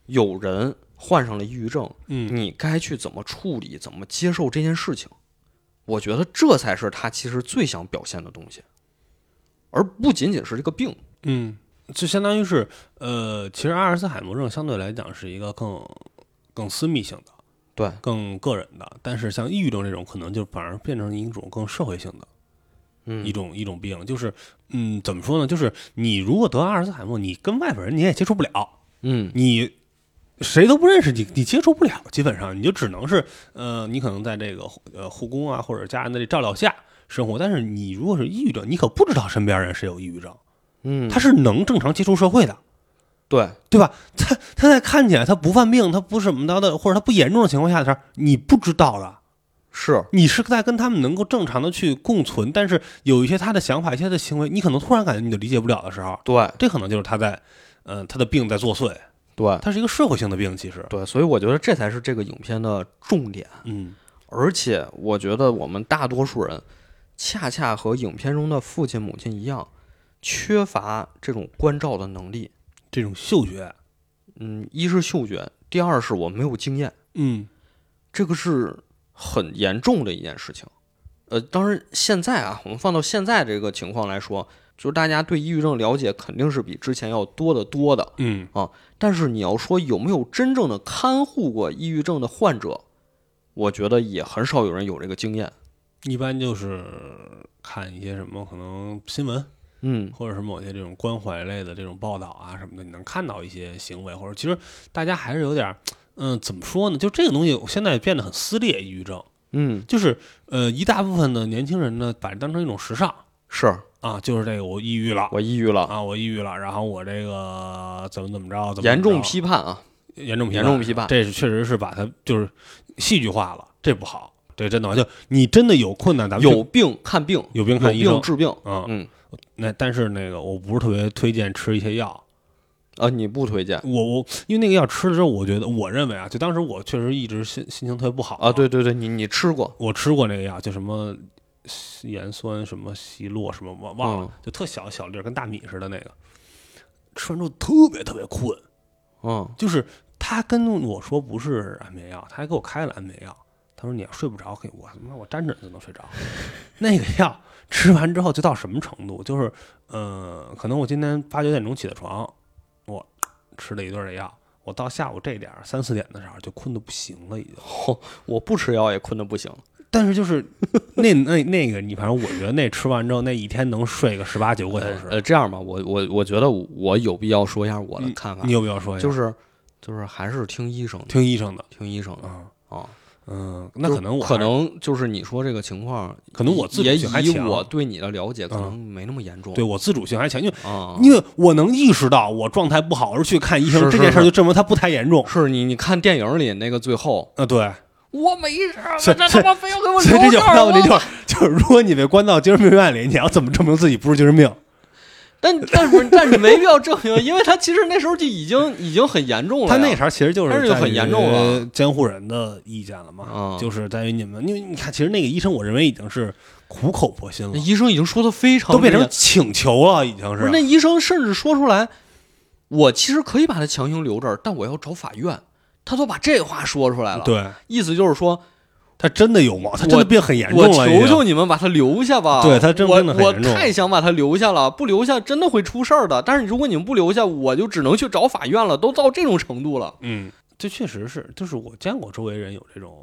S1: 有人患上了抑郁症，
S2: 嗯，
S1: 你该去怎么处理，怎么接受这件事情。我觉得这才是他其实最想表现的东西，而不仅仅是这个病。
S2: 嗯，就相当于是，呃，其实阿尔茨海默症相对来讲是一个更更私密性的、
S1: 对，
S2: 更个人的，但是像抑郁症这种，可能就反而变成一种更社会性的一
S1: 嗯，
S2: 种一种病，就是，嗯，怎么说呢？就是你如果得阿尔茨海默，你跟外边人你也接触不了，
S1: 嗯，
S2: 你谁都不认识，你你接触不了，基本上你就只能是呃，你可能在这个呃护工啊或者家人的这照料下生活。但是你如果是抑郁症，你可不知道身边人谁有抑郁症，
S1: 嗯，
S2: 他是能正常接触社会的，
S1: 对，
S2: 对吧？他他在看起来他不犯病，他不什么的，或者他不严重的情况下的时候，你不知道的。
S1: 是，
S2: 你是在跟他们能够正常的去共存，但是有一些他的想法、一些他的行为，你可能突然感觉你就理解不了的时候，
S1: 对，
S2: 这可能就是他在，呃，他的病在作祟，
S1: 对，
S2: 它是一个社会性的病，其实，
S1: 对，所以我觉得这才是这个影片的重点。
S2: 嗯
S1: 而且我觉得我们大多数人，恰恰和影片中的父亲母亲一样，缺乏这种关照的能力。
S2: 这种嗅觉，
S1: 嗯，一是嗅觉，第二是我没有经验，
S2: 嗯
S1: 这个是很严重的一件事情。呃，当然现在啊，我们放到现在这个情况来说，就是大家对抑郁症了解肯定是比之前要多得多的。
S2: 嗯，
S1: 但是你要说有没有真正的看护过抑郁症的患者，我觉得也很少有人有这个经验。
S2: 一般就是看一些什么可能新闻，
S1: 嗯，
S2: 或者是某些这种关怀类的这种报道啊什么的，你能看到一些行为，或者其实大家还是有点儿，嗯、怎么说呢？就这个东西现在变得很撕裂，抑郁症
S1: 嗯，
S2: 就是呃一大部分的年轻人呢，把它当成一种时尚
S1: 是
S2: 啊，就是这个我抑郁了。
S1: 我抑郁了，
S2: 啊，我抑郁了，然后我这个怎么怎么着，怎么
S1: 严
S2: 怎么
S1: 重
S2: 着
S1: 批判啊，
S2: 严重批
S1: 严
S2: 判
S1: 重批判。
S2: 这是确实是把它就是戏剧化了，这不好。对，真的就你真的有困难，咱们
S1: 有
S2: 去
S1: 病看病，
S2: 有病
S1: 有
S2: 看医生
S1: 病治病。
S2: 啊。
S1: 嗯，
S2: 那但是那个我不是特别推荐吃一些药，
S1: 啊，你不推荐
S2: 我我因为那个药吃了之后，我觉得我认为啊，就当时我确实一直心心情特别不好
S1: 啊？，对对对，你你吃过？
S2: 我吃过那个药，就什么盐酸什么西洛什么忘
S1: 嗯
S2: 忘了，就特小小粒儿，跟大米似的那个，吃完之后特别特别困，
S1: 嗯
S2: 就是他跟我说不是安眠药，他还给我开了安眠药。他说你要睡不着，可以我他妈我沾枕头能睡着。 那个药吃完之后就到什么程度？就是呃，可能我今天八九点钟起的床，我吃了一顿儿这药，我到下午这点儿三四点的时候就困得不行了，已经。
S1: 嗯我不吃药也困得不行。
S2: 但是就是那那那个你反正我觉得那吃完之后那一天能睡个十八九个小时。
S1: 呃，这样吧，我我我觉得我有必要说一下我的看法
S2: 你，有没有说呀？
S1: 嗯就是就是还是听医生的，
S2: 听医生的
S1: 听医生的
S2: 啊，
S1: 啊。
S2: 嗯，那
S1: 就
S2: 可能我
S1: 可
S2: 还
S1: 能就是你说这个情况，
S2: 可能我自
S1: 也
S2: 主性还
S1: 以
S2: 强，
S1: 我对你的了解，可能没那么严重。
S2: 对我自主性还强，因为
S1: 啊，
S2: 因为我能意识到我状态不好而去看医生，
S1: 是
S2: 这件
S1: 是
S2: 事儿就证明它不太严重。
S1: 是你你看电影里那个最后，
S2: 啊，对，
S3: 我没事儿，
S2: 所
S3: 这
S2: 以
S3: 他妈非要给我
S2: 所以
S3: 留
S2: 这就
S3: 这
S2: 回到
S3: 儿，
S2: 我那句话，就是如果你被关到精神病院里，你要怎么证明自己不是精神病？
S1: 但但是但是没必要证明，因为他其实那时候就已经已经很严重了呀。
S2: 他那茬其实就是
S1: 啊但是就很
S2: 在于
S1: 严重了
S2: 监护人的意见了嘛
S1: 嗯，
S2: 就是在于你们，因为你看，其实那个医生，我认为已经是苦口婆心了
S1: 那，医生已经说的非常
S2: 都变成
S1: 明显
S2: 请求了，已经
S1: 不是那医生甚至说出来，我其实可以把他强行留这儿，但我要找法院。他都把这话说出来了，
S2: 对
S1: 意思就是说，
S2: 他真的有毛，他真的病很严重
S1: 我
S2: 了，已
S1: 求
S2: 经
S1: 求你们把他留下吧。
S2: 对他真
S1: 我
S2: 真的很
S1: 我
S2: 严重
S1: 太想把他留下了，不留下真的会出事儿的。但是如果你们不留下，我就只能去找法院了。都到这种程度了，
S2: 嗯，这确实是，就是我见过周围人有这种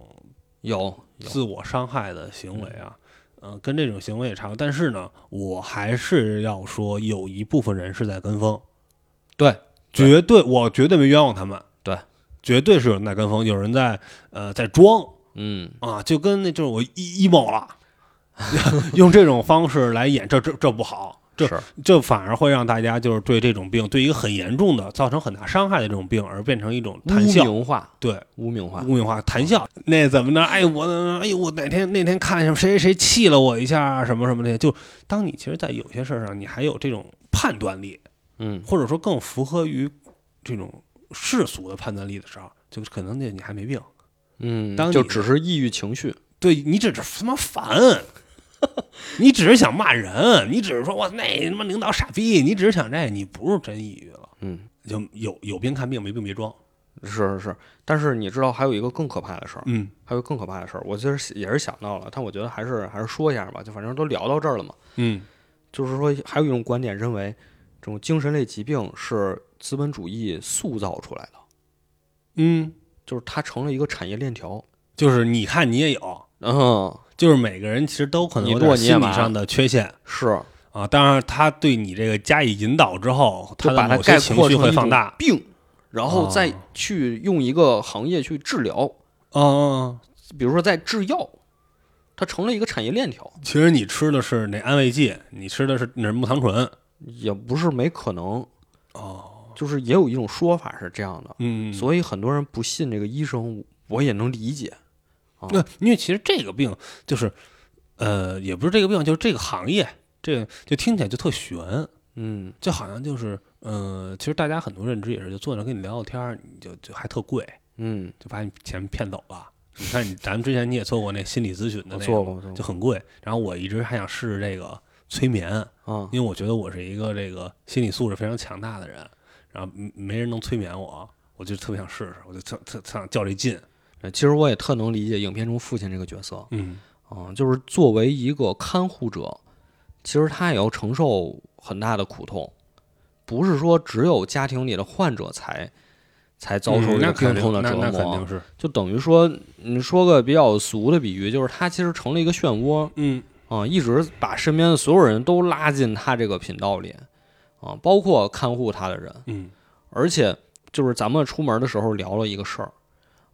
S1: 有有
S2: 自我伤害的行为啊，嗯、跟这种行为也差不多。但是呢，我还是要说，有一部分人是在跟风，
S1: 对，
S2: 绝对，我绝对没冤枉他们，
S1: 对，
S2: 绝对是有人在跟风，有人在呃在装
S1: 嗯，
S2: 啊，就跟那就是我 e- emo 了， 用这种方式来演，这这这不好。这
S1: 是
S2: 这反而会让大家就是对这种病，对一个很严重的、造成很大伤害的这种病，而变成一种谈
S1: 污
S2: 笑，
S1: 名化，
S2: 对，
S1: 污名化
S2: 污名化谈笑，那怎么呢？哎，我哎呦，我哪天那天看什么谁谁谁气了我一下啊，什么什么的。就当你其实，在有些事儿上，你还有这种判断力，
S1: 嗯，
S2: 或者说更符合于这种世俗的判断力的时候，就可能那你还没病，
S1: 嗯
S2: 当，你
S1: 就只是抑郁情绪，
S2: 对你只是他妈烦， 你只是想骂人，你只是说哇那他妈领导傻逼，你只是想这，你不是真抑郁了，
S1: 嗯。
S2: 就有有病看病，没病别装，
S1: 是是是，但是你知道还有一个更可怕的事儿，
S2: 嗯
S1: 还有更可怕的事儿，我就是也是想到了，但我觉得还是还是说一下吧，就反正都聊到这儿了嘛，
S2: 嗯
S1: 就是说还有一种观点认为，这种精神类疾病是资本主义塑造出来的，
S2: 嗯，
S1: 就是它成了一个产业链条。
S2: 就是你看你也有。
S1: 嗯，
S2: 就是每个人其实都可能有
S1: 你剁
S2: 点
S1: 你也
S2: 心理
S1: 麻
S2: 上的缺陷
S1: 是，
S2: 啊。当然，他对你这个加以引导之后，
S1: 就
S2: 他
S1: 把它
S2: 的某些
S1: 概
S2: 情
S1: 括
S2: 绪
S1: 成
S2: 会
S1: 一种
S2: 放大。
S1: 病，然后再
S2: 哦
S1: 去用一个行业去治疗，
S2: 嗯嗯，
S1: 比如说在制药，它成了一个产业链条，
S2: 嗯其实你吃的是那安慰剂，你吃的是那木糖醇。
S1: 也不是没可能，
S2: 哦，
S1: 就是也有一种说法是这样的。
S2: 嗯，
S1: 所以很多人不信这个医生，我也能理解。啊
S2: 那因为其实这个病就是，呃，也不是这个病，就是这个行业，这个就听起来就特悬，
S1: 嗯，
S2: 就好像就是，呃，其实大家很多认知也是，就坐那跟你聊聊天儿，你就就还特贵，
S1: 嗯，
S2: 就把你钱骗走了。你看你，咱们之前你也做过那心理咨询的
S1: 我
S2: 那个
S1: 做过，我做
S2: 就
S1: 过
S2: 很贵。然后我一直还想试试这个催眠，
S1: 啊，
S2: 因为我觉得我是一个这个心理素质非常强大的人，然后嗯没人能催眠我，我就特别想试试，我就特特特想较这劲。
S1: 呃其实我也特能理解影片中父亲这个角色
S2: 嗯
S1: 啊，就是作为一个看护者，其实他也要承受很大的苦痛，不是说只有家庭里的患者才才遭受这
S2: 嗯那
S1: 个病
S2: 肯
S1: 痛
S2: 定，
S1: 的
S2: 那
S1: 折
S2: 那肯定
S1: 磨，啊
S2: 是，
S1: 就等于说，你说个比较俗的比喻，就是他其实成了一个漩涡，
S2: 嗯
S1: 啊、一直把身边的所有人都拉进他这个频道里，啊、包括看护他的人，
S2: 嗯
S1: 而且就是咱们出门的时候聊了一个事儿，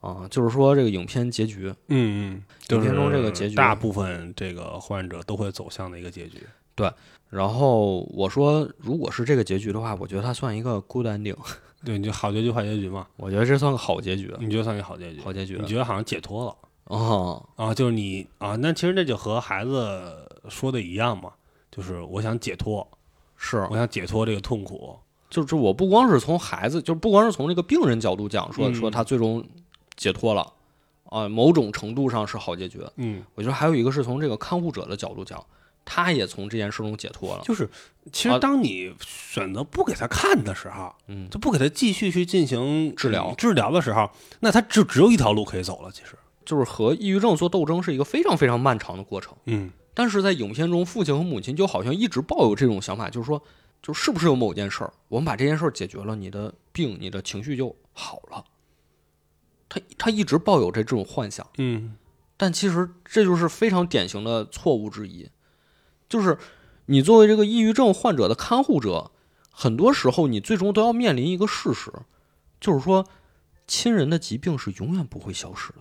S1: 啊、就是说这个影片结局，
S2: 嗯嗯，就
S1: 影
S2: 是
S1: 片中这个结局
S2: 大部分这个患者都会走向的一个结局。
S1: 然后我说如果是这个结局的话，我觉得它算一个 good ending，
S2: 对，你就好结局坏结局嘛，
S1: 我觉得这算个好结局，
S2: 你觉得算一个好结局？
S1: 好结局
S2: 你觉得好像解脱了
S1: 啊，
S2: 啊？就是你啊，那其实这就和孩子说的一样嘛，就是我想解脱，
S1: 是，
S2: 我想解脱这个痛苦。
S1: 就是我不光是从孩子，就是不光是从这个病人角度讲，说
S2: 嗯
S1: 说他最终解脱了，啊、某种程度上是好结局，
S2: 嗯，
S1: 我觉得还有一个是从这个看护者的角度讲，他也从这件事中解脱了。
S2: 就是，其
S1: 啊
S2: 实当你选择不给他看的时候，
S1: 嗯，
S2: 就不给他继续去进行
S1: 治疗
S2: 嗯治疗的时候，那他就只有一条路可以走了。其实，
S1: 就是和抑郁症做斗争是一个非常非常漫长的过程。
S2: 嗯
S1: 但是在影片中，父亲和母亲就好像一直抱有这种想法，就是说，就是不是有某件事儿，我们把这件事儿解决了，你的病、你的情绪就好了。他他一直抱有这这种幻想。
S2: 嗯
S1: 但其实这就是非常典型的错误之一，就是你作为这个抑郁症患者的看护者，很多时候你最终都要面临一个事实，就是说亲人的疾病是永远不会消失的。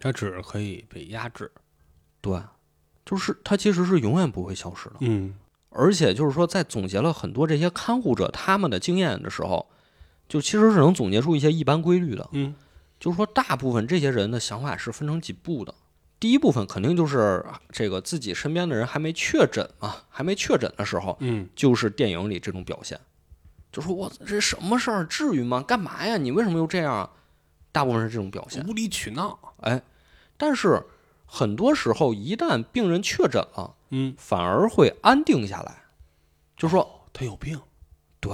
S2: 他只可以被压制。
S1: 对，就是它其实是永远不会消失的。
S2: 嗯
S1: 而且就是说，在总结了很多这些看护者他们的经验的时候，就其实是能总结出一些一般规律的。
S2: 嗯
S1: 就是说，大部分这些人的想法是分成几步的。第一部分肯定就是这个自己身边的人还没确诊啊，还没确诊的时候，
S2: 嗯，
S1: 就是电影里这种表现，就说我这什么事儿，至于吗？干嘛呀？你为什么又这样啊？大部分是这种表现。
S2: 无理取闹，
S1: 哎，但是很多时候，一旦病人确诊了，
S2: 嗯，
S1: 反而会安定下来，就说
S2: 他有病，
S1: 对，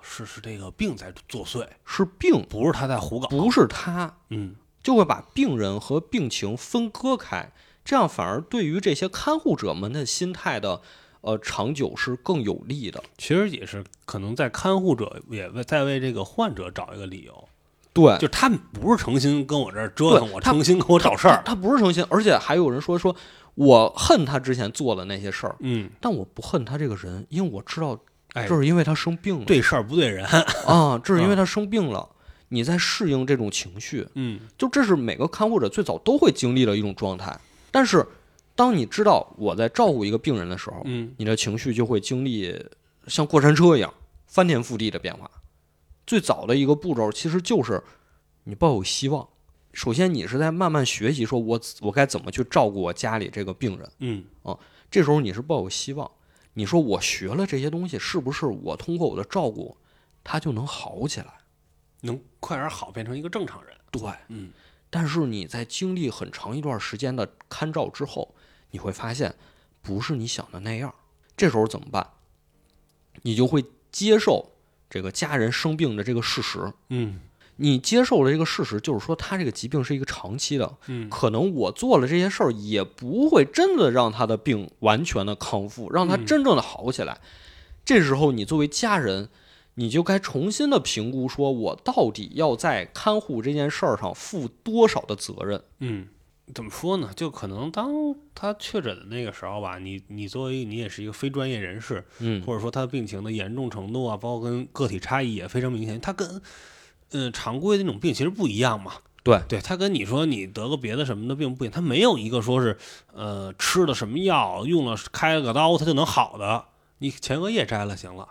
S2: 是是这个病在作祟，
S1: 是病，
S2: 不是他在胡搞，
S1: 不是他，
S2: 嗯，
S1: 就会把病人和病情分割开，这样反而对于这些看护者们的心态的呃长久是更有利的。
S2: 其实也是可能在看护者也为在为这个患者找一个理由，
S1: 对，
S2: 就他们不是诚心跟我这儿折腾
S1: 对
S2: 我，
S1: 他
S2: 诚心跟我找事儿，
S1: 他不是诚心，而且还有人说说我恨他之前做的那些事儿，
S2: 嗯，
S1: 但我不恨他这个人，因为我知道
S2: 哎，
S1: 这是因为他生病了，
S2: 对嗯事儿不对人，
S1: 啊，这是因为他生病了。你在适应这种情绪，
S2: 嗯，
S1: 就这是每个看护者最早都会经历的一种状态。但是，当你知道我在照顾一个病人的时候，
S2: 嗯，
S1: 你的情绪就会经历像过山车一样翻天覆地的变化。最早的一个步骤其实就是你抱有希望。首先，你是在慢慢学习，说我我该怎么去照顾我家里这个病人。
S2: 嗯，
S1: 这时候你是抱有希望，你说我学了这些东西，是不是我通过我的照顾，他就能好起来？
S2: 能快点好，变成一个正常人，
S1: 对，
S2: 嗯。
S1: 但是你在经历很长一段时间的看照之后，你会发现不是你想的那样。这时候怎么办？你就会接受这个家人生病的这个事实。
S2: 嗯
S1: 你接受了这个事实，就是说他这个疾病是一个长期的，
S2: 嗯
S1: 可能我做了这些事儿也不会真的让他的病完全的康复，让他
S2: 嗯
S1: 真正的好起来。这时候，你作为家人，你就该重新的评估，说我到底要在看护这件事儿上负多少的责任。
S2: 嗯，怎么说呢？就可能当他确诊的那个时候吧，你你作为你也是一个非专业人士，
S1: 嗯，
S2: 或者说他的病情的严重程度啊，包括跟个体差异也非常明显。他跟嗯、呃常规的那种病其实不一样嘛。
S1: 对
S2: 对，他跟你说你得个别的什么的病不一样，他没有一个说是呃吃了什么药，用了开了个刀，他就能好的。你前额叶摘了行了，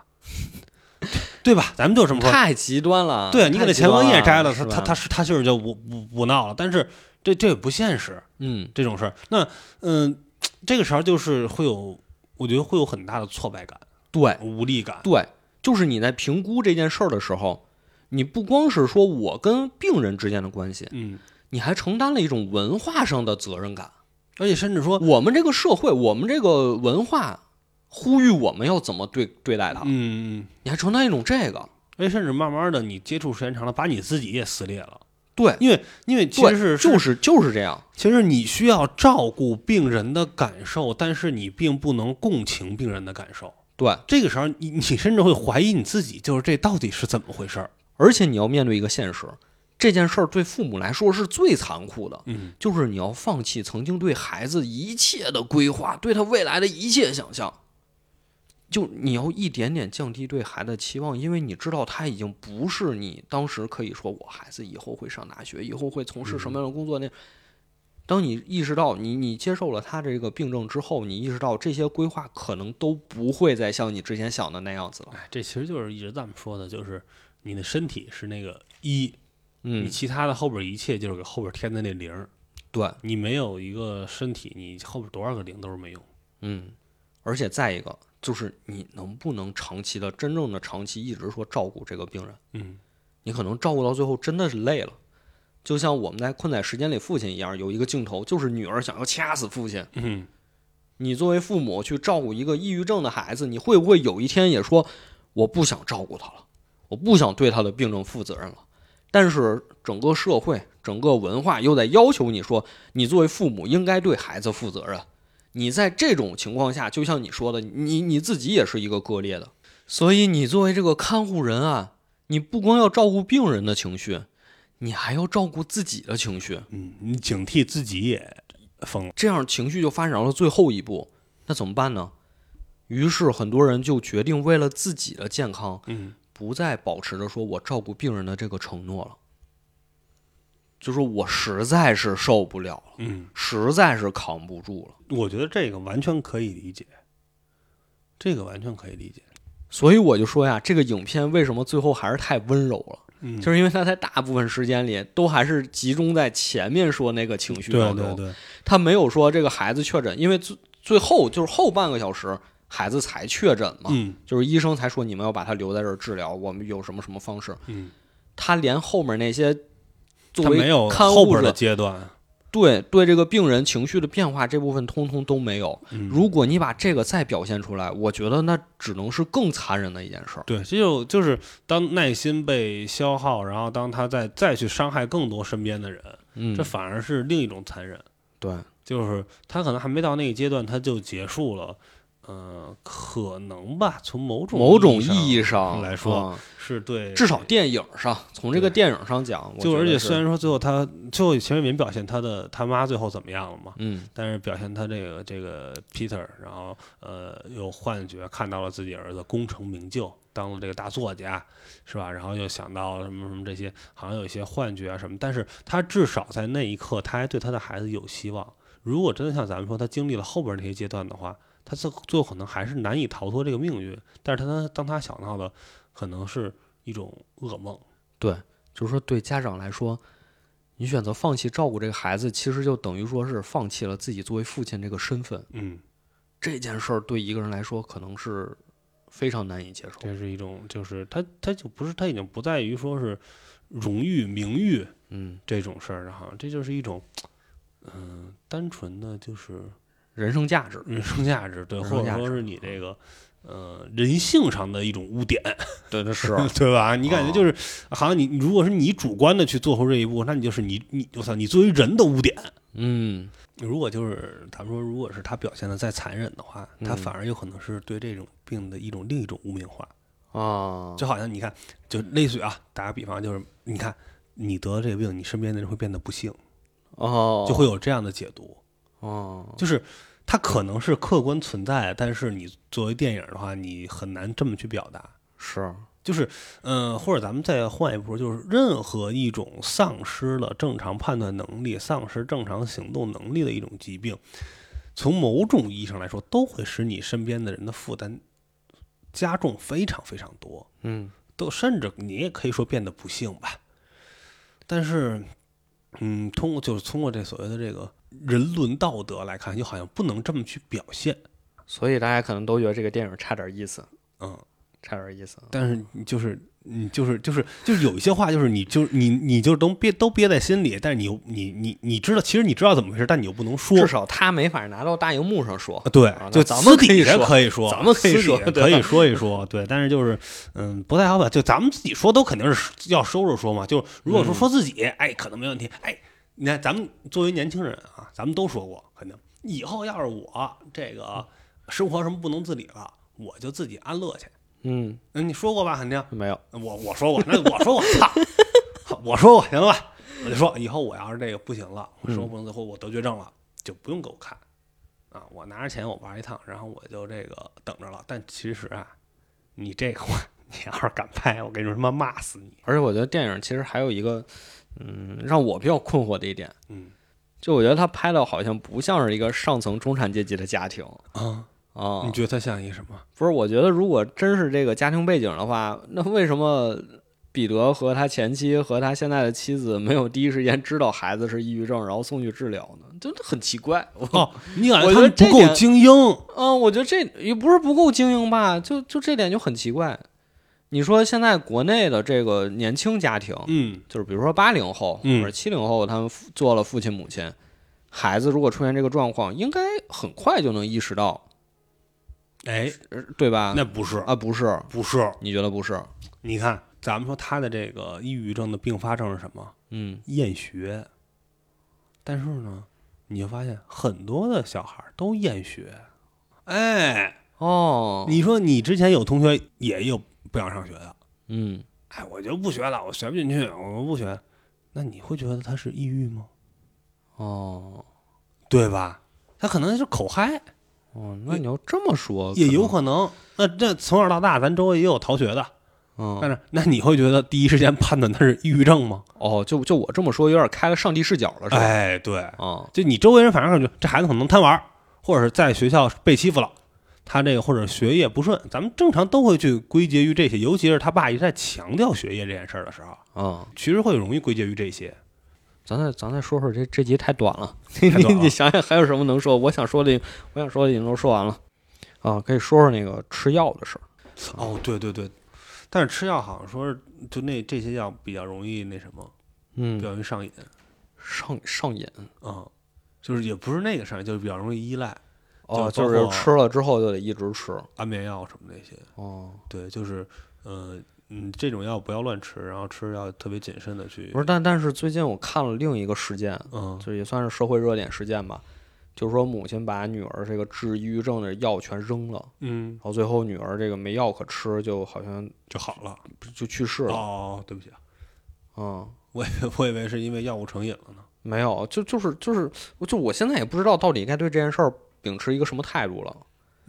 S2: 对吧？咱们就这么说，
S1: 太极端了。
S2: 对你给
S1: 啊太
S2: 他
S1: 极
S2: 前额
S1: 端
S2: 叶摘了，
S1: 是吧
S2: 他他他是他就是就不不不闹了。但是这这也不现实
S1: 嗯，
S2: 这种事儿。那嗯、这个时候就是会有，我觉得会有很大的挫败感、
S1: 对
S2: 无力感。
S1: 对，就是你在评估这件事儿的时候，你不光是说我跟病人之间的关系，
S2: 嗯，
S1: 你还承担了一种文化上的责任感。
S2: 而且甚至说，
S1: 我们这个社会，我们这个文化呼吁我们要怎么对对待他，
S2: 嗯，
S1: 你还承担一种这个，
S2: 而且甚至慢慢的，你接触时间长了，把你自己也撕裂了。
S1: 对，
S2: 因为因为其
S1: 对
S2: 实是
S1: 就是是就是这样，
S2: 其实你需要照顾病人的感受，但是你并不能共情病人的感受。
S1: 对，
S2: 这个时候你，你甚至会怀疑你自己，就是这到底是怎么回事儿？
S1: 而且你要面对一个现实，这件事儿对父母来说是最残酷的，
S2: 嗯，
S1: 就是你要放弃曾经对孩子一切的规划，对他未来的一切想象。就你要一点点降低对孩子的期望，因为你知道他已经不是你当时可以说我孩子以后会上大学，以后会从事什么样的工作那。当你意识到你你接受了他这个病症之后，你意识到这些规划可能都不会再像你之前想的那样子了。
S2: 哎，这其实就是一直咱们说的，就是你的身体是那个一，你
S1: 嗯，
S2: 其他的后边一切就是给后边添的那零儿。
S1: 对，
S2: 你没有一个身体，你后边多少个零都是没用。
S1: 嗯，而且再一个就是你能不能长期的真正的长期一直说照顾这个病人，
S2: 嗯
S1: 你可能照顾到最后真的是累了，就像我们在《困在时间里父亲》一样，有一个镜头就是女儿想要掐死父亲。
S2: 嗯，
S1: 你作为父母去照顾一个抑郁症的孩子，你会不会有一天也说我不想照顾他了，我不想对他的病症负责任了？但是整个社会、整个文化又在要求你说，你作为父母应该对孩子负责任。你在这种情况下，就像你说的，你你自己也是一个割裂的。所以你作为这个看护人啊，你不光要照顾病人的情绪，你还要照顾自己的情绪。
S2: 嗯，你警惕自己也疯了。
S1: 这样情绪就发展到了最后一步，那怎么办呢？于是很多人就决定为了自己的健康，
S2: 嗯，
S1: 不再保持着说我照顾病人的这个承诺了，就说我实在是受不了了，
S2: 嗯，
S1: 实在是扛不住了，
S2: 我觉得这个完全可以理解，这个完全可以理解。
S1: 所以我就说呀，这个影片为什么最后还是太温柔了？
S2: 嗯，
S1: 就是因为他在大部分时间里都还是集中在前面说那个情绪
S2: 对
S1: 交
S2: 对
S1: 流，
S2: 对，
S1: 他没有说这个孩子确诊，因为最最后就是后半个小时孩子才确诊嘛，
S2: 嗯
S1: 就是医生才说你们要把他留在这儿治疗，我们有什么什么方式，
S2: 嗯，
S1: 他连后面那些作
S2: 他没
S1: 为
S2: 有
S1: 看
S2: 后
S1: 护
S2: 边
S1: 者
S2: 的阶段，
S1: 对对这个病人情绪的变化这部分通通都没有。
S2: 嗯
S1: 如果你把这个再表现出来，我觉得那只能是更残忍的一件事儿。
S2: 对，这就就是当耐心被消耗，然后当他再再去伤害更多身边的人，
S1: 嗯
S2: 这，反而是另一种残忍。
S1: 对，
S2: 就是他可能还没到那个阶段，他就结束了。呃，可能吧，从某种
S1: 某种
S2: 意
S1: 意义
S2: 上
S1: 上
S2: 来说，
S1: 嗯
S2: 是对，
S1: 至少电影上，从这个
S2: 对
S1: 电影上讲，我
S2: 就
S1: 觉
S2: 而
S1: 得
S2: 且
S1: 是
S2: 虽然说最后他最后前面没表现他的他妈最后怎么样了嘛，
S1: 嗯
S2: 但是表现他这个这个 Peter，然后呃有幻觉看到了自己儿子功成名就，当了这个大作家，是吧？然后又想到什么什么这些，好像有一些幻觉啊什么。但是他至少在那一刻，他还对他的孩子有希望。如果真的像咱们说，他经历了后边那些阶段的话，他最后最后可能还是难以逃脱这个命运。但是他当他想到的，可能是一种噩梦。
S1: 就是说对家长来说，你选择放弃照顾这个孩子，其实就等于说是放弃了自己作为父亲这个身份。
S2: 嗯，
S1: 这件事儿对一个人来说，可能是非常难以接受。
S2: 这是一种，就是他他就不是他已经不在于说是荣誉名誉。
S1: 嗯，
S2: 这种事儿了哈，这就是一种，嗯、单纯的就是
S1: 人生价值。
S2: 人生价值，嗯对，
S1: 人
S2: 或
S1: 生
S2: 者
S1: 价
S2: 说
S1: 值
S2: 是你这个，呃，人性上的一种污点，
S1: 对，那 是
S2: 对吧？你感觉
S1: 啊
S2: 就是，好像你你如果是你主观的去做出这一步，那你就是你你我操，你作为人的污点。
S1: 嗯，
S2: 如果就是咱们说，如果是他表现的再残忍的话，他
S1: 嗯
S2: 反而有可能是对这种病的一种另一种污名化。
S1: 啊，
S2: 就好像你看，就类似于啊，打个比方，就是你看你得了这个病，你身边的人会变得不幸，
S1: 哦，
S2: 就会有这样的解读。
S1: 哦，
S2: 就是它可能是客观存在，但是你作为电影的话，你很难这么去表达。
S1: 是，
S2: 就是，嗯、或者咱们再换一步，就是任何一种丧失了正常判断能力、丧失正常行动能力的一种疾病，从某种意义上来说，都会使你身边的人的负担加重非常非常多。
S1: 嗯
S2: 都甚至你也可以说变得不幸吧。但是，嗯，通过就是通过这所谓的这个人伦道德来看，又好像不能这么去表现，
S1: 所以大家可能都觉得这个电影差点意思，
S2: 嗯。
S1: 差点意思。
S2: 但是你就是你就是就是就是有一些话，就是你就你你就都憋都憋在心里，但是你又你你你知道，其实你知道怎么回事，但你又不能说。
S1: 至少他没法拿到大荧幕上说
S2: 啊，。对
S1: 啊，那
S2: 就
S1: 咱
S2: 私
S1: 们可以
S2: 底下
S1: 说
S2: 可以说，
S1: 咱们可以
S2: 私底
S1: 说
S2: 下
S1: 对
S2: 可以
S1: 吧
S2: 说一说，对。 但是就是，嗯，不太好把，就咱们自己说都肯定是要收着说嘛。就如果说说自己，哎，可能没问题。哎，你看咱们作为年轻人啊，咱们都说过，肯定以后要是我这个生活什么不能自理了，我就自己安乐去。
S1: 嗯，
S2: 嗯，你说过吧，肯定。
S1: 没有，
S2: 我我说过，那我说我操，我说过行了吧？我就说以后我要是这个不行了，我说不能再活，我得绝症了，就不用给我看啊！我拿着钱我玩一趟，然后我就这个等着了。但其实啊，你这个我你要是敢拍，我跟你说他妈骂死你！
S1: 而且我觉得电影其实还有一个，嗯，让我比较困惑的一点，
S2: 嗯
S1: 就我觉得他拍的好像不像是一个上层中产阶级的家庭
S2: 啊，
S1: 啊。
S2: 你觉得他像一个什么？
S1: 不是，我觉得如果真是这个家庭背景的话，那为什么彼得和他前妻和他现在的妻子没有第一时间知道孩子是抑郁症，然后送去治疗呢？真的很奇怪。我
S2: 哦， 你感
S1: 我觉得
S2: 觉他们不
S1: 这
S2: 够
S1: 点
S2: 精英，
S1: 嗯，我觉得这也不是不够精英吧，就就这点就很奇怪。你说现在国内的这个年轻家庭，
S2: 嗯
S1: 就是比如说八零后
S2: 嗯
S1: 或者七零后，他们父做了父亲母亲，孩子如果出现这个状况，应该很快就能意识到，
S2: 哎，
S1: 呃对吧？
S2: 那不是
S1: 啊，不是，
S2: 不是，
S1: 你觉得不是？
S2: 你看咱们说他的这个抑郁症的并发症是什么？
S1: 嗯，
S2: 厌学，但是呢，你就发现很多的小孩儿都厌学。哎，
S1: 哦，
S2: 你说你之前有同学也有不想上学的，
S1: 嗯，
S2: 哎，我就不学了，我学不进去，我不学。那你会觉得他是抑郁吗？
S1: 哦，
S2: 对吧？他可能是口嗨，
S1: 哦，那你要这么说，
S2: 也有
S1: 可
S2: 可能。那这从小到大，咱周围也有逃学的，
S1: 能，嗯，
S2: 但是那你会觉得第一时间判断他是抑郁症吗？
S1: 哦，就就我这么说，有点开了上帝视角了，是吧？
S2: 哎，对，
S1: 啊，
S2: 就你周围人反正感觉这孩子可能贪玩儿，或者是在学校被欺负了，他这个或者学业不顺，咱们正常都会去归结于这些，尤其是他爸一直在强调学业这件事儿的时候，
S1: 啊、
S2: 其实会容易归结于这些。
S1: 咱再咱再说说这这集 太短了，
S2: 短了
S1: 你你想想还有什么能说？我想说的，我想说的已经都说完了，啊，可以说说那个吃药的事儿。
S2: 哦，对对对，但是吃药好像说是就那这些药比较容易那什么，比
S1: 嗯，
S2: 较容易上瘾
S1: 上上瘾
S2: 啊、嗯就是也不是那个上瘾，就是比较容易依赖
S1: 哦，
S2: 就
S1: 就
S2: 包括
S1: 是吃了之后就得一直吃
S2: 安眠药什么那些。
S1: 哦。
S2: 对，就是呃嗯，这种药不要乱吃，然后吃要特别谨慎的去
S1: 不。是，但但是最近我看了另一个事件，
S2: 嗯，
S1: 就也算是社会热点事件吧，就是说母亲把女儿这个治抑郁症的药全扔了，
S2: 嗯
S1: 然，后最后女儿这个没药可吃，就好像
S2: 就好了。
S1: 就去世了。
S2: 哦，对不起啊，
S1: 嗯，
S2: 我以为 我以为是因为药物成瘾了呢。
S1: 没有，就就是就是，我就我现在也不知道到底该对这件事儿秉持一个什么态度了。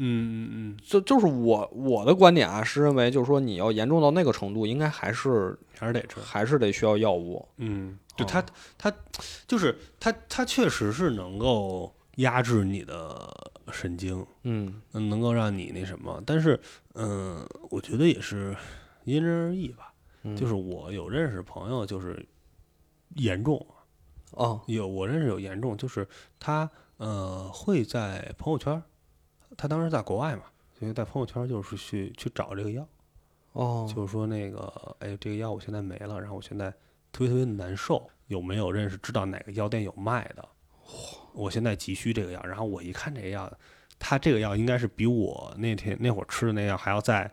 S2: 嗯嗯
S1: 就就是我我的观点啊，是认为就是说你要严重到那个程度，应该还是
S2: 嗯，还是得吃。
S1: 还是得需要药物。
S2: 嗯，就
S1: 哦
S2: 它它就是它它确实是能够压制你的神经，
S1: 嗯
S2: 嗯，能够让你那什么。但是嗯、我觉得也是因人而异吧。
S1: 嗯
S2: 就是我有认识朋友，就是严重，
S1: 哦
S2: 有我认识有严重，就是他呃会在朋友圈儿，他当时在国外嘛，所以在朋友圈儿就是去去找这个药，
S1: 哦，
S2: 就是说那个哎这个药我现在没了，然后我现在特别特别难受，有没有认识知道哪个药店有卖的？我现在急需这个药，然后我一看这个药，他这个药应该是比我那天那会儿吃的那药还要再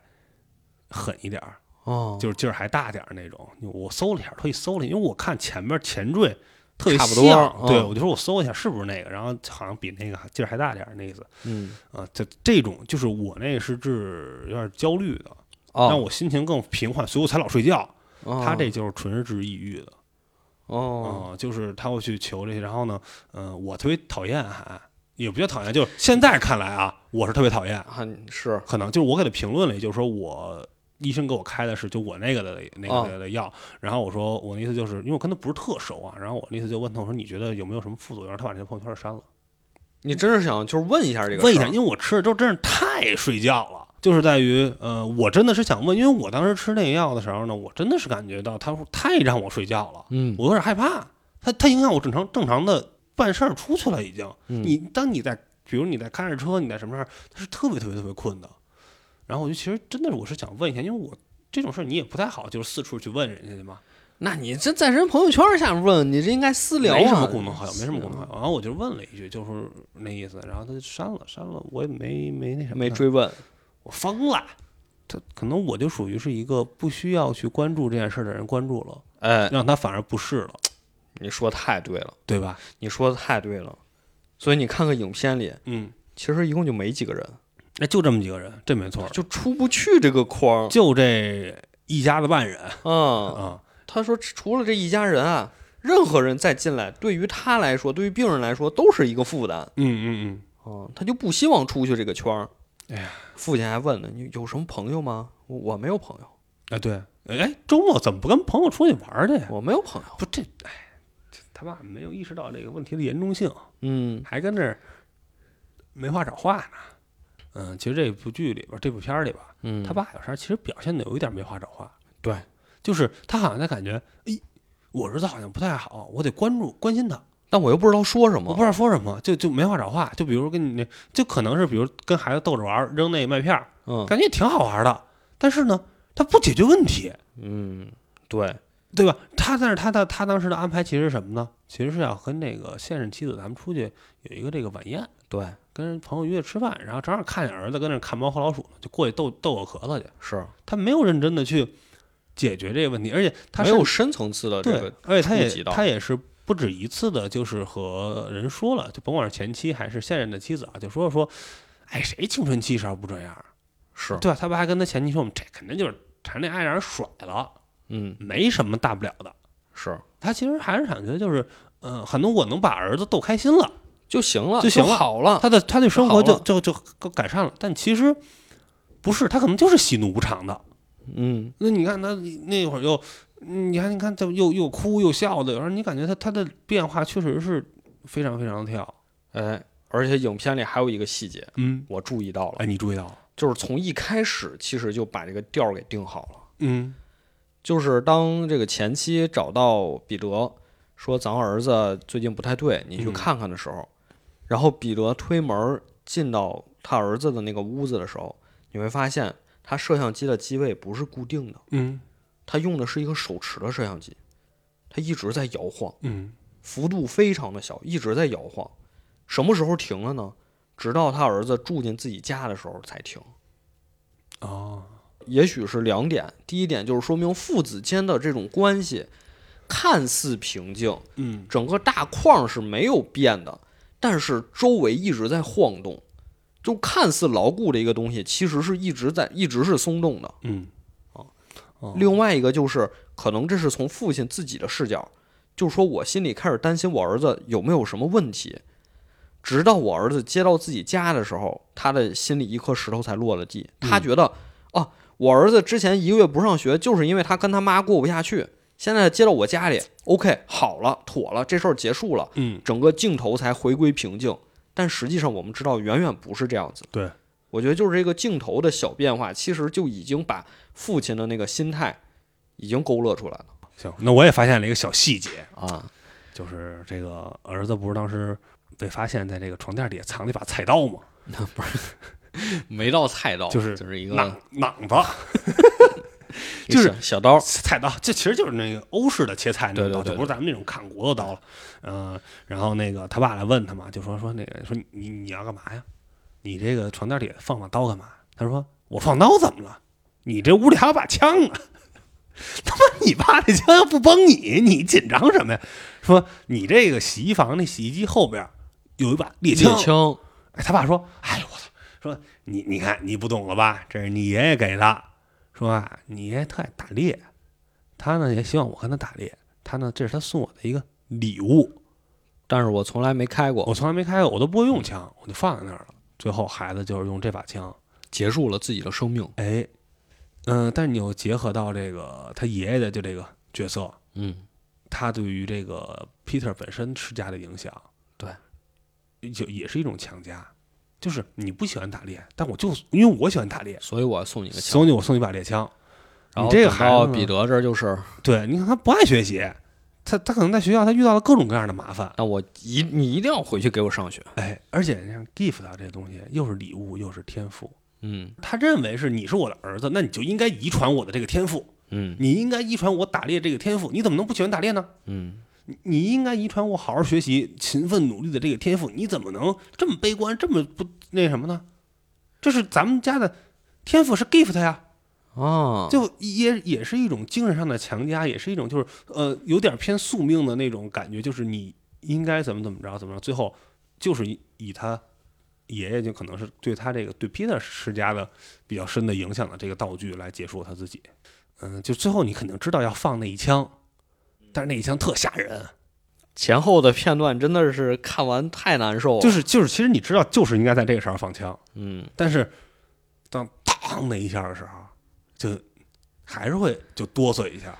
S2: 狠一点儿，
S1: 哦，
S2: 就是劲儿还大点儿那种。我搜了一下，特意搜了一下，因为我看前面前缀特别
S1: 差不多
S2: 像
S1: 嗯
S2: 对我就说我搜一下是不是那个，然后好像比那个劲儿还大点儿那意思
S1: 嗯
S2: 啊。这这种就是我那是治有点焦虑的，让
S1: 哦，
S2: 我心情更平缓，所以我才老睡觉。
S1: 哦
S2: 他这就是纯是治抑郁的
S1: 哦
S2: 啊，就是他会去求这些。然后呢，嗯，我特别讨厌还。也不叫讨厌，就是现在看来啊，我是特别讨厌，
S1: 很是
S2: 可能就是我给他评论了，也就是说我医生给我开的是就我那个的那
S1: 哦
S2: 个的药，然后我说我那意思就是因为我跟他不是特熟啊，然后我那意思就问他我说你觉得有没有什么副作用？他把这朋友圈删了，
S1: 你真是想就是问一下这个
S2: 问一
S1: 事
S2: 下，
S1: 儿
S2: 因为我吃的之后真是太睡觉了。就是在于，呃，我真的是想问，因为我当时吃那个药的时候呢，我真的是感觉到它太让我睡觉了，
S1: 嗯
S2: 我有点害怕，它它影响我正常正常的办事儿出去了已经。
S1: 嗯
S2: 你当你在，比如你在开着车，你在什么事儿，它是特别特别特别困的。然后我就其实真的是我是想问一下，因为我这种事儿你也不太好，就是四处去问人家去嘛，
S1: 那你这在人朋友圈下面问，你这应该私聊啊。嗯
S2: 没什么功能好友，没什么功能好友。然后我就问了一句，就是那意思，然后他就删了，删了，我也没没那什么，
S1: 没，追 问。
S2: 我疯了。他可能我就属于是一个不需要去关注这件事儿的人，关注了，
S1: 哎，
S2: 让他反而不适了，
S1: 你说太对了，
S2: 对吧？
S1: 你说的太对了。所以你看看影片里，
S2: 嗯，
S1: 其实一共就没几个人，
S2: 那就这么几个人，这没错儿，
S1: 就出不去这个框
S2: 就这一家子半人
S1: 啊。
S2: 啊。
S1: 他说，除了这一家人啊，任何人再进来，对于他来说，对于病人来说，都是一个负担。
S2: 嗯嗯嗯，
S1: 啊，他就不希望出去这个圈儿。
S2: 哎呀，
S1: 父亲还问呢，你有什么朋友吗？我我没有朋友，
S2: 啊对，哎，周末怎么不跟朋友出去玩儿去呀？
S1: 我没有朋友。
S2: 不，这哎，这他爸没有意识到这个问题的严重性，
S1: 嗯，
S2: 还跟这儿没话找话呢。嗯，其实这部剧里边儿，这部片儿里边儿，
S1: 嗯
S2: 他爸有时候其实表现的有一点没话找话。
S1: 对，
S2: 就是他好像在感觉，哎，我儿子好像不太好，我得关注关心他。
S1: 但我又不知道说什
S2: 我
S1: 么
S2: 不。知道说什么，就就没话找话。就比如跟你那，就可能是比如跟孩子逗着玩儿，扔那麦片儿，
S1: 嗯
S2: 感觉挺好玩儿的。但是呢，他不解决问题，
S1: 嗯，对，
S2: 对吧？他但是他的他当时的安排其实是什么呢？其实是要跟那个现任妻子咱们出去有一个这个晚宴，
S1: 对，
S2: 跟朋友约着吃饭，然后正好看见儿子跟那儿看猫和老鼠呢，就过去逗逗我咳嗽去。
S1: 是
S2: 他没有认真的去解决这个问题，而且他
S1: 没
S2: 甚
S1: 有深层次的这
S2: 对
S1: 个，，
S2: 而且他
S1: 触及
S2: 也
S1: 到
S2: 他也是不止一次的，就是和人说了，就甭管是前妻还是现任的妻子啊，就说说，哎，谁青春期时候不这样？
S1: 是，
S2: 对吧？啊他爸还跟他前妻说，我们这肯定就是谈恋爱让人甩了，
S1: 嗯，
S2: 没什么大不了的。
S1: 是
S2: 他其实还是想觉得就是，嗯、可能我能把儿子逗开心了，
S1: 就行了，
S2: 就行了
S1: 好了。
S2: 他的他对生
S1: 啊好
S2: 活就
S1: 了
S2: 就就就改善了。但其实不是，他可能就是喜怒无常的。
S1: 嗯，
S2: 那你看他那会儿又，嗯你看你看他又又哭又笑的，有时候你感觉他他的变化确实是非常非常的跳。
S1: 哎，而且影片里还有一个细节，
S2: 嗯，
S1: 我注意到了，
S2: 哎，你注意到了，
S1: 就是从一开始其实就把这个调儿给定好了。
S2: 嗯
S1: 就是当这个前妻找到彼得说：“咱儿子最近不太对，你去
S2: 嗯
S1: 看看”的时候，然后彼得推门儿进到他儿子的那个屋子的时候，你会发现他摄像机的机位不是固定的，
S2: 嗯
S1: 他用的是一个手持的摄像机，他一直在摇晃，
S2: 嗯
S1: 幅度非常的小，一直在摇晃。什么时候停了呢？直到他儿子住进自己家的时候才停。
S2: 哦，
S1: 也许是两点。第一点就是说明父子间的这种关系看似平静，
S2: 嗯
S1: 整个大框是没有变的，但是周围一直在晃动，就看似牢固的一个东西，其实是一直在一直是松动的。
S2: 嗯
S1: 另外一个就是，可能这是从父亲自己的视角，就是说我心里开始担心我儿子有没有什么问题。直到我儿子接到自己家的时候，他的心里一颗石头才落了地。他觉得，哦、我儿子之前一个月不上学，就是因为他跟他妈过不下去。现在接到我家里，OK，好了，妥了，这事儿结束了，
S2: 嗯
S1: 整个镜头才回归平静。但实际上，我们知道远远不是这样子。
S2: 对，
S1: 我觉得就是这个镜头的小变化，其实就已经把父亲的那个心态已经勾勒出来了
S2: 行，那我也发现了一个小细节，
S1: 啊。
S2: 就是这个儿子不是当时被发现在这个床垫底下藏了一把菜刀吗？
S1: 没到菜刀，
S2: 就是
S1: 就是一
S2: 攮
S1: 个
S2: 攮子，就是
S1: 小小刀，
S2: 菜刀，这其实就是那个欧式的切菜那
S1: 对对
S2: 种刀，就
S1: 对
S2: 不是咱们那种砍骨头刀了。嗯，然后那个他爸来问他嘛，就说说那个说你你要干嘛呀？你这个床垫底下放把刀干嘛？他说我放刀怎么了？你这屋里还有把枪呢。 他妈，你爸这枪又不崩你，你紧张什么呀？说你这个洗衣房那洗衣机后边有一把猎
S1: 猎
S2: 枪，
S1: 枪，
S2: 哎，他爸说：“哎呦，我操！说你你看你不懂了吧？这是你爷爷给的。说啊，你爷爷特爱打猎，他呢也希望我跟他打猎。他呢，这是他送我的一个礼物。
S1: 但是我从来没开过，
S2: 我从来没开过，我都不会用枪，我就放在那儿了。最后孩子就是用这把枪。
S1: 结束了自己的生命。
S2: 哎，嗯、但是你又结合到这个他爷爷的就这个角色，
S1: 嗯，
S2: 他对于这个 Peter 本身施加的影响，
S1: 对，
S2: 就也是一种强加。”就是你不喜欢打猎，但我就因为我喜欢打猎，
S1: 所以我送你个枪。
S2: 送你我送你把猎枪。
S1: 然后
S2: 你这个
S1: 等
S2: 孩子
S1: 到
S2: 呢
S1: 彼得这儿就是，
S2: 对，你看他不爱学习，他他可能在学校他遇到了各种各样的麻烦。
S1: 那我一你一定要回去给我上学。
S2: 哎，而且像 gift 啊这个东西，又是礼物又是天赋。
S1: 嗯
S2: 他认为是你是我的儿子，那你就应该遗传我的这个天赋，
S1: 嗯
S2: 你应该遗传我打猎这个天赋。你怎么能不喜欢打猎呢？
S1: 嗯，
S2: 你你应该遗传我好好学习、勤奋努力的这个天赋。你怎么能这么悲观、这么不那什么呢？这是咱们家的天赋是 gift 呀、
S1: 啊，
S2: 就也也是一种精神上的强加，也是一种就是呃有点偏宿命的那种感觉，就是你应该怎么怎么着怎么着，最后就是以以他爷爷就可能是对他这个对 Peter 施加的比较深的影响的这个道具来结束他自己。嗯，就最后你肯定知道要放那一枪，但是那一枪特吓人，
S1: 前后的片段真的是看完太难受了。
S2: 就是就是其实你知道就是应该在这个时候放枪，
S1: 嗯，
S2: 但是当当那一下的时候，就还是会就哆嗦一下。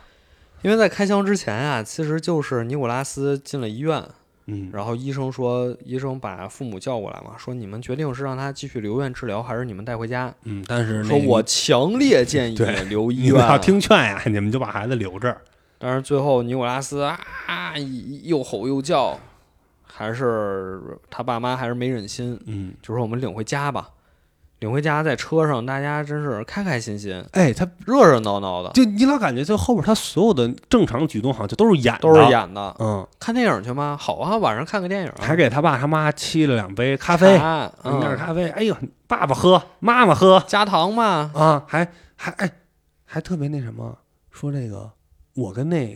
S1: 因为在开枪之前啊，其实就是尼古拉斯进了医院，
S2: 嗯，
S1: 然后医生说，医生把父母叫过来嘛，说你们决定是让他继续留院治疗，还是你们带回家？
S2: 嗯，但是
S1: 说
S2: 那个
S1: 我强烈建议你
S2: 对
S1: 留医
S2: 你们要
S1: 院。啊
S2: 听劝呀， 你们就把孩子留这儿。
S1: 但是最后尼古拉斯啊，一又吼又叫，还是他爸妈还是没忍心，
S2: 嗯，
S1: 就说我们领回家吧。领回家在车上，大家真是开开心心、
S2: 哎，他
S1: 热热闹闹的，
S2: 就你老感觉就后边他所有的正常举动好像就都是演的，
S1: 都是。演的。
S2: 嗯，
S1: 看电影去吗？好啊，晚上看个电影啊。
S2: 还给他爸他妈沏了两杯咖啡，
S1: 啊
S2: 应该
S1: 嗯，
S2: 是咖啡。哎呦，爸爸喝，妈妈喝
S1: 加糖嘛。
S2: 啊，还还哎，还特别那什么，说这个我跟那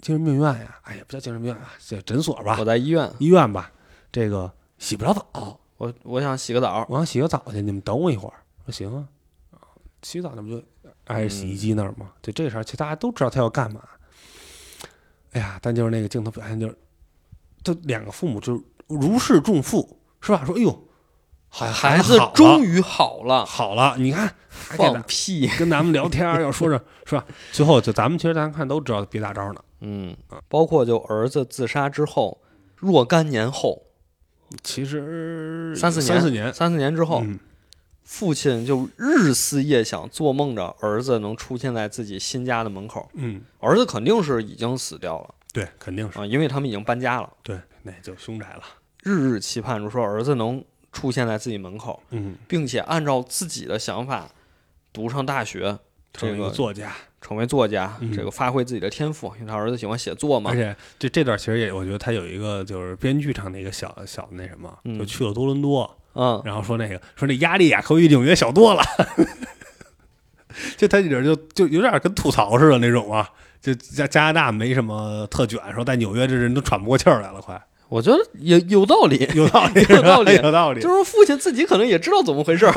S2: 精神病院呀，哎呀，不叫精神病院啊，叫诊所吧
S1: 我，在医院，
S2: 医院吧，这个洗不了澡。
S1: 我我想洗个澡。
S2: 我想洗个澡去，你们等我一会儿。我说行啊，洗澡那不就挨着
S1: 嗯
S2: 洗衣机那儿吗？就这事儿，其实大家都知道他要干嘛。哎呀，但就是那个镜头表现，就是就两个父母就如释重负，是吧？说哎呦，好像
S1: 孩
S2: 子
S1: 子
S2: 好了
S1: 终于好了，
S2: 好了，你看还给
S1: 啊放
S2: 咱
S1: 屁。
S2: 跟咱们聊天儿，要说 着是吧？最后就咱们其实咱看都知道别大招呢。
S1: 嗯，包括就儿子自杀之后，若干年后，
S2: 其实
S1: 三四
S2: 四
S1: 年
S2: 三四年
S1: 三四年之后，
S2: 嗯
S1: 父亲就日思夜想，做梦着儿子能出现在自己新家的门口。
S2: 嗯，
S1: 儿子肯定是已经死掉了
S2: 对，肯定是
S1: 啊，因为他们已经搬家了。
S2: 对，那就凶宅了。
S1: 日日期盼着说儿子能出现在自己门口，
S2: 嗯，
S1: 并且按照自己的想法读上大学，
S2: 成为一
S1: 这
S2: 个
S1: 个
S2: 作家，
S1: 成为作家，
S2: 嗯哎
S1: 这个发挥自己的天赋，因为他儿子喜欢写作嘛
S2: 而。且这这段其实也，我觉得他有一个就是编剧上的一个小小的那什么，
S1: 嗯
S2: 就去了多伦多，
S1: 嗯，
S2: 然后说那个说那压力啊，可比纽约小多了。 就他这点就就有点跟吐槽似的那种啊，就加加拿大没什么特卷，说在纽约这人都喘不过气儿来了，快
S1: 我觉得也有道理，
S2: 有道理，
S1: 有 道理
S2: 有道理
S1: 就。是父亲自己可能也知道怎么回事儿，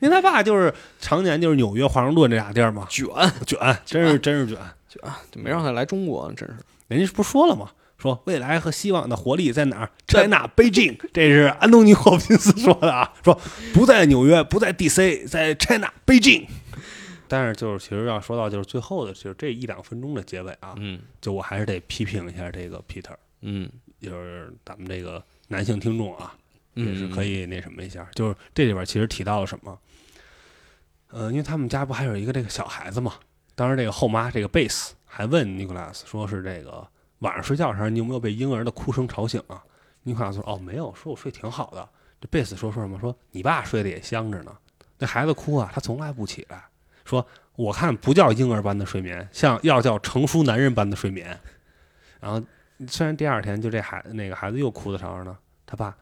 S2: 因为他爸就是常年就是纽约、华盛顿这俩地儿嘛，
S1: 卷
S2: 卷，真是真是卷。
S1: 就没让他来中国，真是。
S2: 人家不是说了吗？说未来和希望的活力在哪儿？China Beijing，这是安东尼·霍普金斯说的啊，说不在纽约，不在 DC，在 China Beijing。但是就是其实要说到就是最后的就是这一两分钟的结尾啊，
S1: 嗯
S2: 就我还是得批评一下这个 Peter，
S1: 嗯
S2: 就是咱们这个男性听众啊，
S1: 嗯，
S2: 也是可以那什么一下。就是这里边其实提到了什么？呃，因为他们家不还有一个这个小孩子嘛？当时这个后妈这个贝斯还问尼古拉斯说是这个晚上睡觉的时候你有没有被婴儿的哭声吵醒啊？尼古拉斯说哦没有，说我睡挺好的。这贝斯说说什么？说你爸睡得也香着呢。那孩子哭啊，他从来不起来。说我看不叫婴儿般的睡眠，像要叫成熟男人般的睡眠。然后虽然第二天就这孩那个孩子又哭的吵着呢，他爸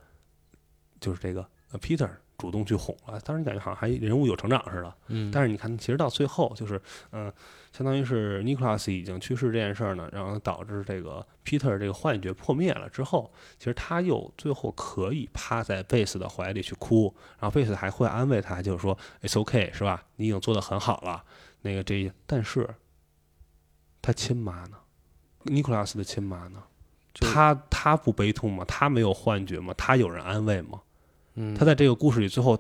S2: 就是这个呃 Peter 主动去哄了，当时感觉好像还人物有成长似的。
S1: 嗯，
S2: 但是你看，其实到最后就是，嗯、相当于是 Nicholas 已经去世这件事儿呢，然后导致这个 Peter 这个幻觉破灭了之后，其实他又最后可以趴在贝斯的怀里去哭，然后贝斯还会安慰他，就是说 It's OK，是吧？你已经做得很好了。那个这，但是他亲妈呢？Nicholas 的亲妈呢？
S1: 就是
S2: 他他不悲痛吗？他没有幻觉吗？他有人安慰吗？
S1: 嗯
S2: 他在这个故事里最后，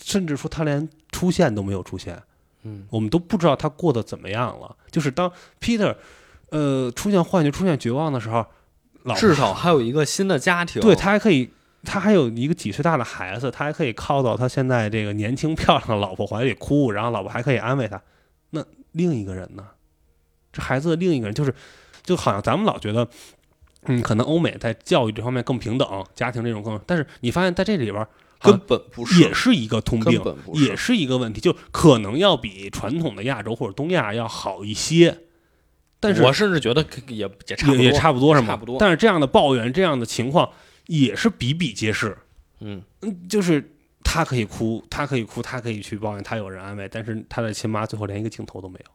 S2: 甚至说他连出现都没有出现，
S1: 嗯，
S2: 我们都不知道他过得怎么样了。就是当 Peter，呃，出现幻觉、出现绝望的时候，老
S1: 至少还有一个新的家庭，
S2: 对他还可以，他还有一个几岁大的孩子，他还可以靠到他现在这个年轻漂亮的老婆怀里哭，然后老婆还可以安慰他。那另一个人呢？这孩子的另一个人就是，就好像咱们老觉得，嗯，可能欧美在教育这方面更平等，家庭这种更，但是你发现在这里边儿
S1: 啊
S4: 根本不是，
S2: 也是一个通病
S4: 根，本不
S2: 也是一个问题，就可能要比传统的亚洲或者东亚要好一些，但是
S1: 我甚至觉得也也差不
S2: 也
S1: 多，
S2: 也差不多是吗？
S1: 差不多
S2: 但是这样的抱怨，这样的情况也是比比皆是。
S1: 嗯
S2: 嗯，就是他可以哭，他可以哭，他可以去抱怨，他有人安慰，但是他的亲妈最后连一个镜头都没有，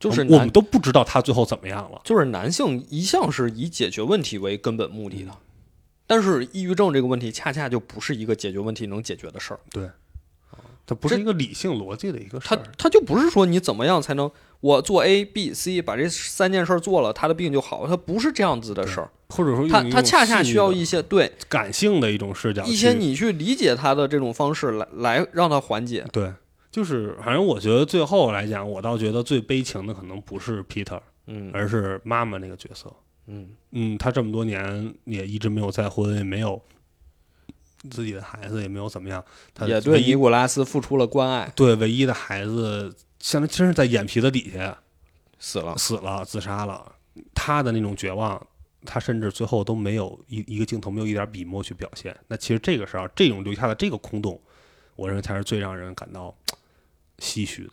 S1: 就是
S2: 我们
S1: 男
S2: 都不知道他最后怎么样了。
S1: 就是男性一向是以解决问题为根本目的
S2: 嗯
S1: 的，但是抑郁症这个问题恰恰就不是一个解决问题能解决的事儿，
S2: 它不是
S1: 这
S2: 一个理性逻辑的一个事
S1: 他
S2: 儿。
S1: 他就不是说你怎么样才能我做 A B C 把这三件事儿做了，他的病就好了，他不是这样子的事儿，
S2: 或者说用
S1: 他
S2: 一
S1: 他
S2: 种
S1: 恰恰
S2: 细腻
S1: 需要
S2: 的
S1: 一些对
S2: 感性的一种视角去，
S1: 一些你去理解他的这种方式来来让他缓解，
S2: 对，就是反正我觉得最后来讲，我倒觉得最悲情的可能不是 Peter，
S1: 嗯
S2: 而是妈妈那个角色。
S1: 嗯
S2: 嗯，她这么多年也一直没有再婚，也没有自己的孩子，也没有怎么样。她
S1: 也
S2: 唯
S1: 对
S2: 一
S1: 尼古拉斯付出了关爱，
S2: 对唯一的孩子，相当于真是在眼皮子底下
S1: 死了，
S2: 死了，自杀了。她的那种绝望，她甚至最后都没有一一个镜头，没有一点笔墨去表现。那其实这个时候，这种留下的这个空洞，我认为才是最让人感到唏嘘的。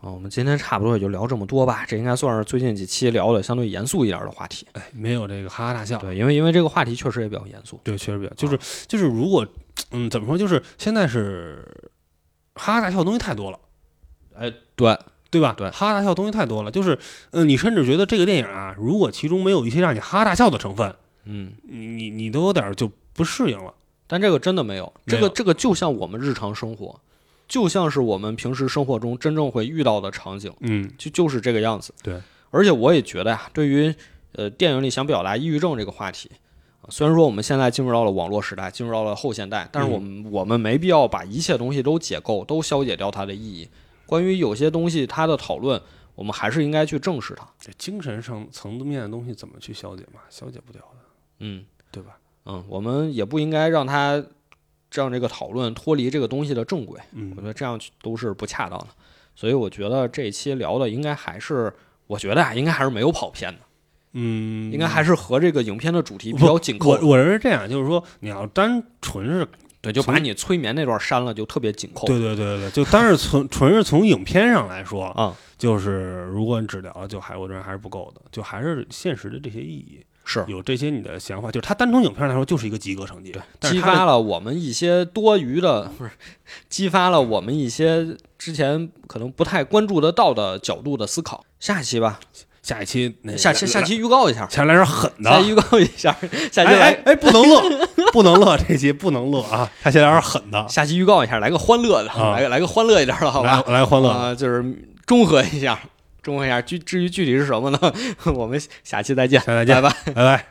S1: 哦，我们今天差不多也就聊这么多吧，这应该算是最近几期聊的相对严肃一点的话题。
S2: 哎，没有这个哈哈大笑。
S1: 对，啊因为因为这个话题确实也比较严肃。
S2: 对，确实比较，就是就是，如果嗯，怎么说，就是现在是哈哈大笑的东西太多了，
S1: 对，
S2: 对吧？
S1: 对
S2: 哈哈大笑的东西太多了，就是嗯、呃你甚至觉得这个电影啊，如果其中没有一些让你哈哈大笑的成分，
S1: 嗯，
S2: 你你你都有点儿就不适应了。
S1: 但这个真的没有，
S2: 没
S1: 这
S2: 有
S1: 个这个就像我们日常生活，就像是我们平时生活中真正会遇到的场景，
S2: 嗯，
S1: 就就是这个样子。
S2: 对，
S1: 而且我也觉得呀、对于呃电影里想表达抑郁症这个话题。啊虽然说我们现在进入到了网络时代，进入到了后现代，但是我们、我们没必要把一切东西都解构、都消解掉它的意义。关于有些东西它的讨论，我们还是应该去正视它。
S2: 这精神上层面的东西怎么去消解嘛？消解不掉的，
S1: 嗯，
S2: 对吧？
S1: 嗯，我们也不应该让他让这个讨论脱离这个东西的正轨，我
S2: 嗯
S1: 觉得这样都是不恰当的。所以我觉得这一期聊的应该还是，我觉得啊，应该还是没有跑偏的，
S2: 嗯，
S1: 应该还是和这个影片的主题比
S2: 不
S1: 较紧扣
S2: 我。我认为是这样，就是说你要单纯是
S1: 对，就把
S2: 从
S1: 你催眠那段删了，就特别紧扣。
S2: 对对对对，就单是纯纯是从影片上来说，
S1: 啊，
S2: 就是如果你只聊，就还我认为还是不够的，就还是现实的这些意义，
S1: 是
S2: 有这些你的想法，就是它单从影片来说就是一个及格成绩，但
S1: 激
S2: 是它的
S1: 发了我们一些多余的，不是激发了我们一些之前可能不太关注得到的角度的思考。下期吧，
S2: 下一期那个
S1: 下期下期预告一下，
S2: 哎前来点狠的，
S1: 再预告一下， 下期
S2: 哎
S1: 来、
S2: 哎哎，不能乐，不能乐，这期不能乐啊！他现在有点狠的，
S1: 下期预告一下，来个欢乐的，
S2: 啊
S1: 来个来个欢乐一点的， 好吧
S2: 来？来欢乐，
S1: 啊、就是中和 一下，中和一下。具至于具体是什么呢？我们下期再见，
S2: 下期再见
S1: 拜拜。
S2: 拜拜。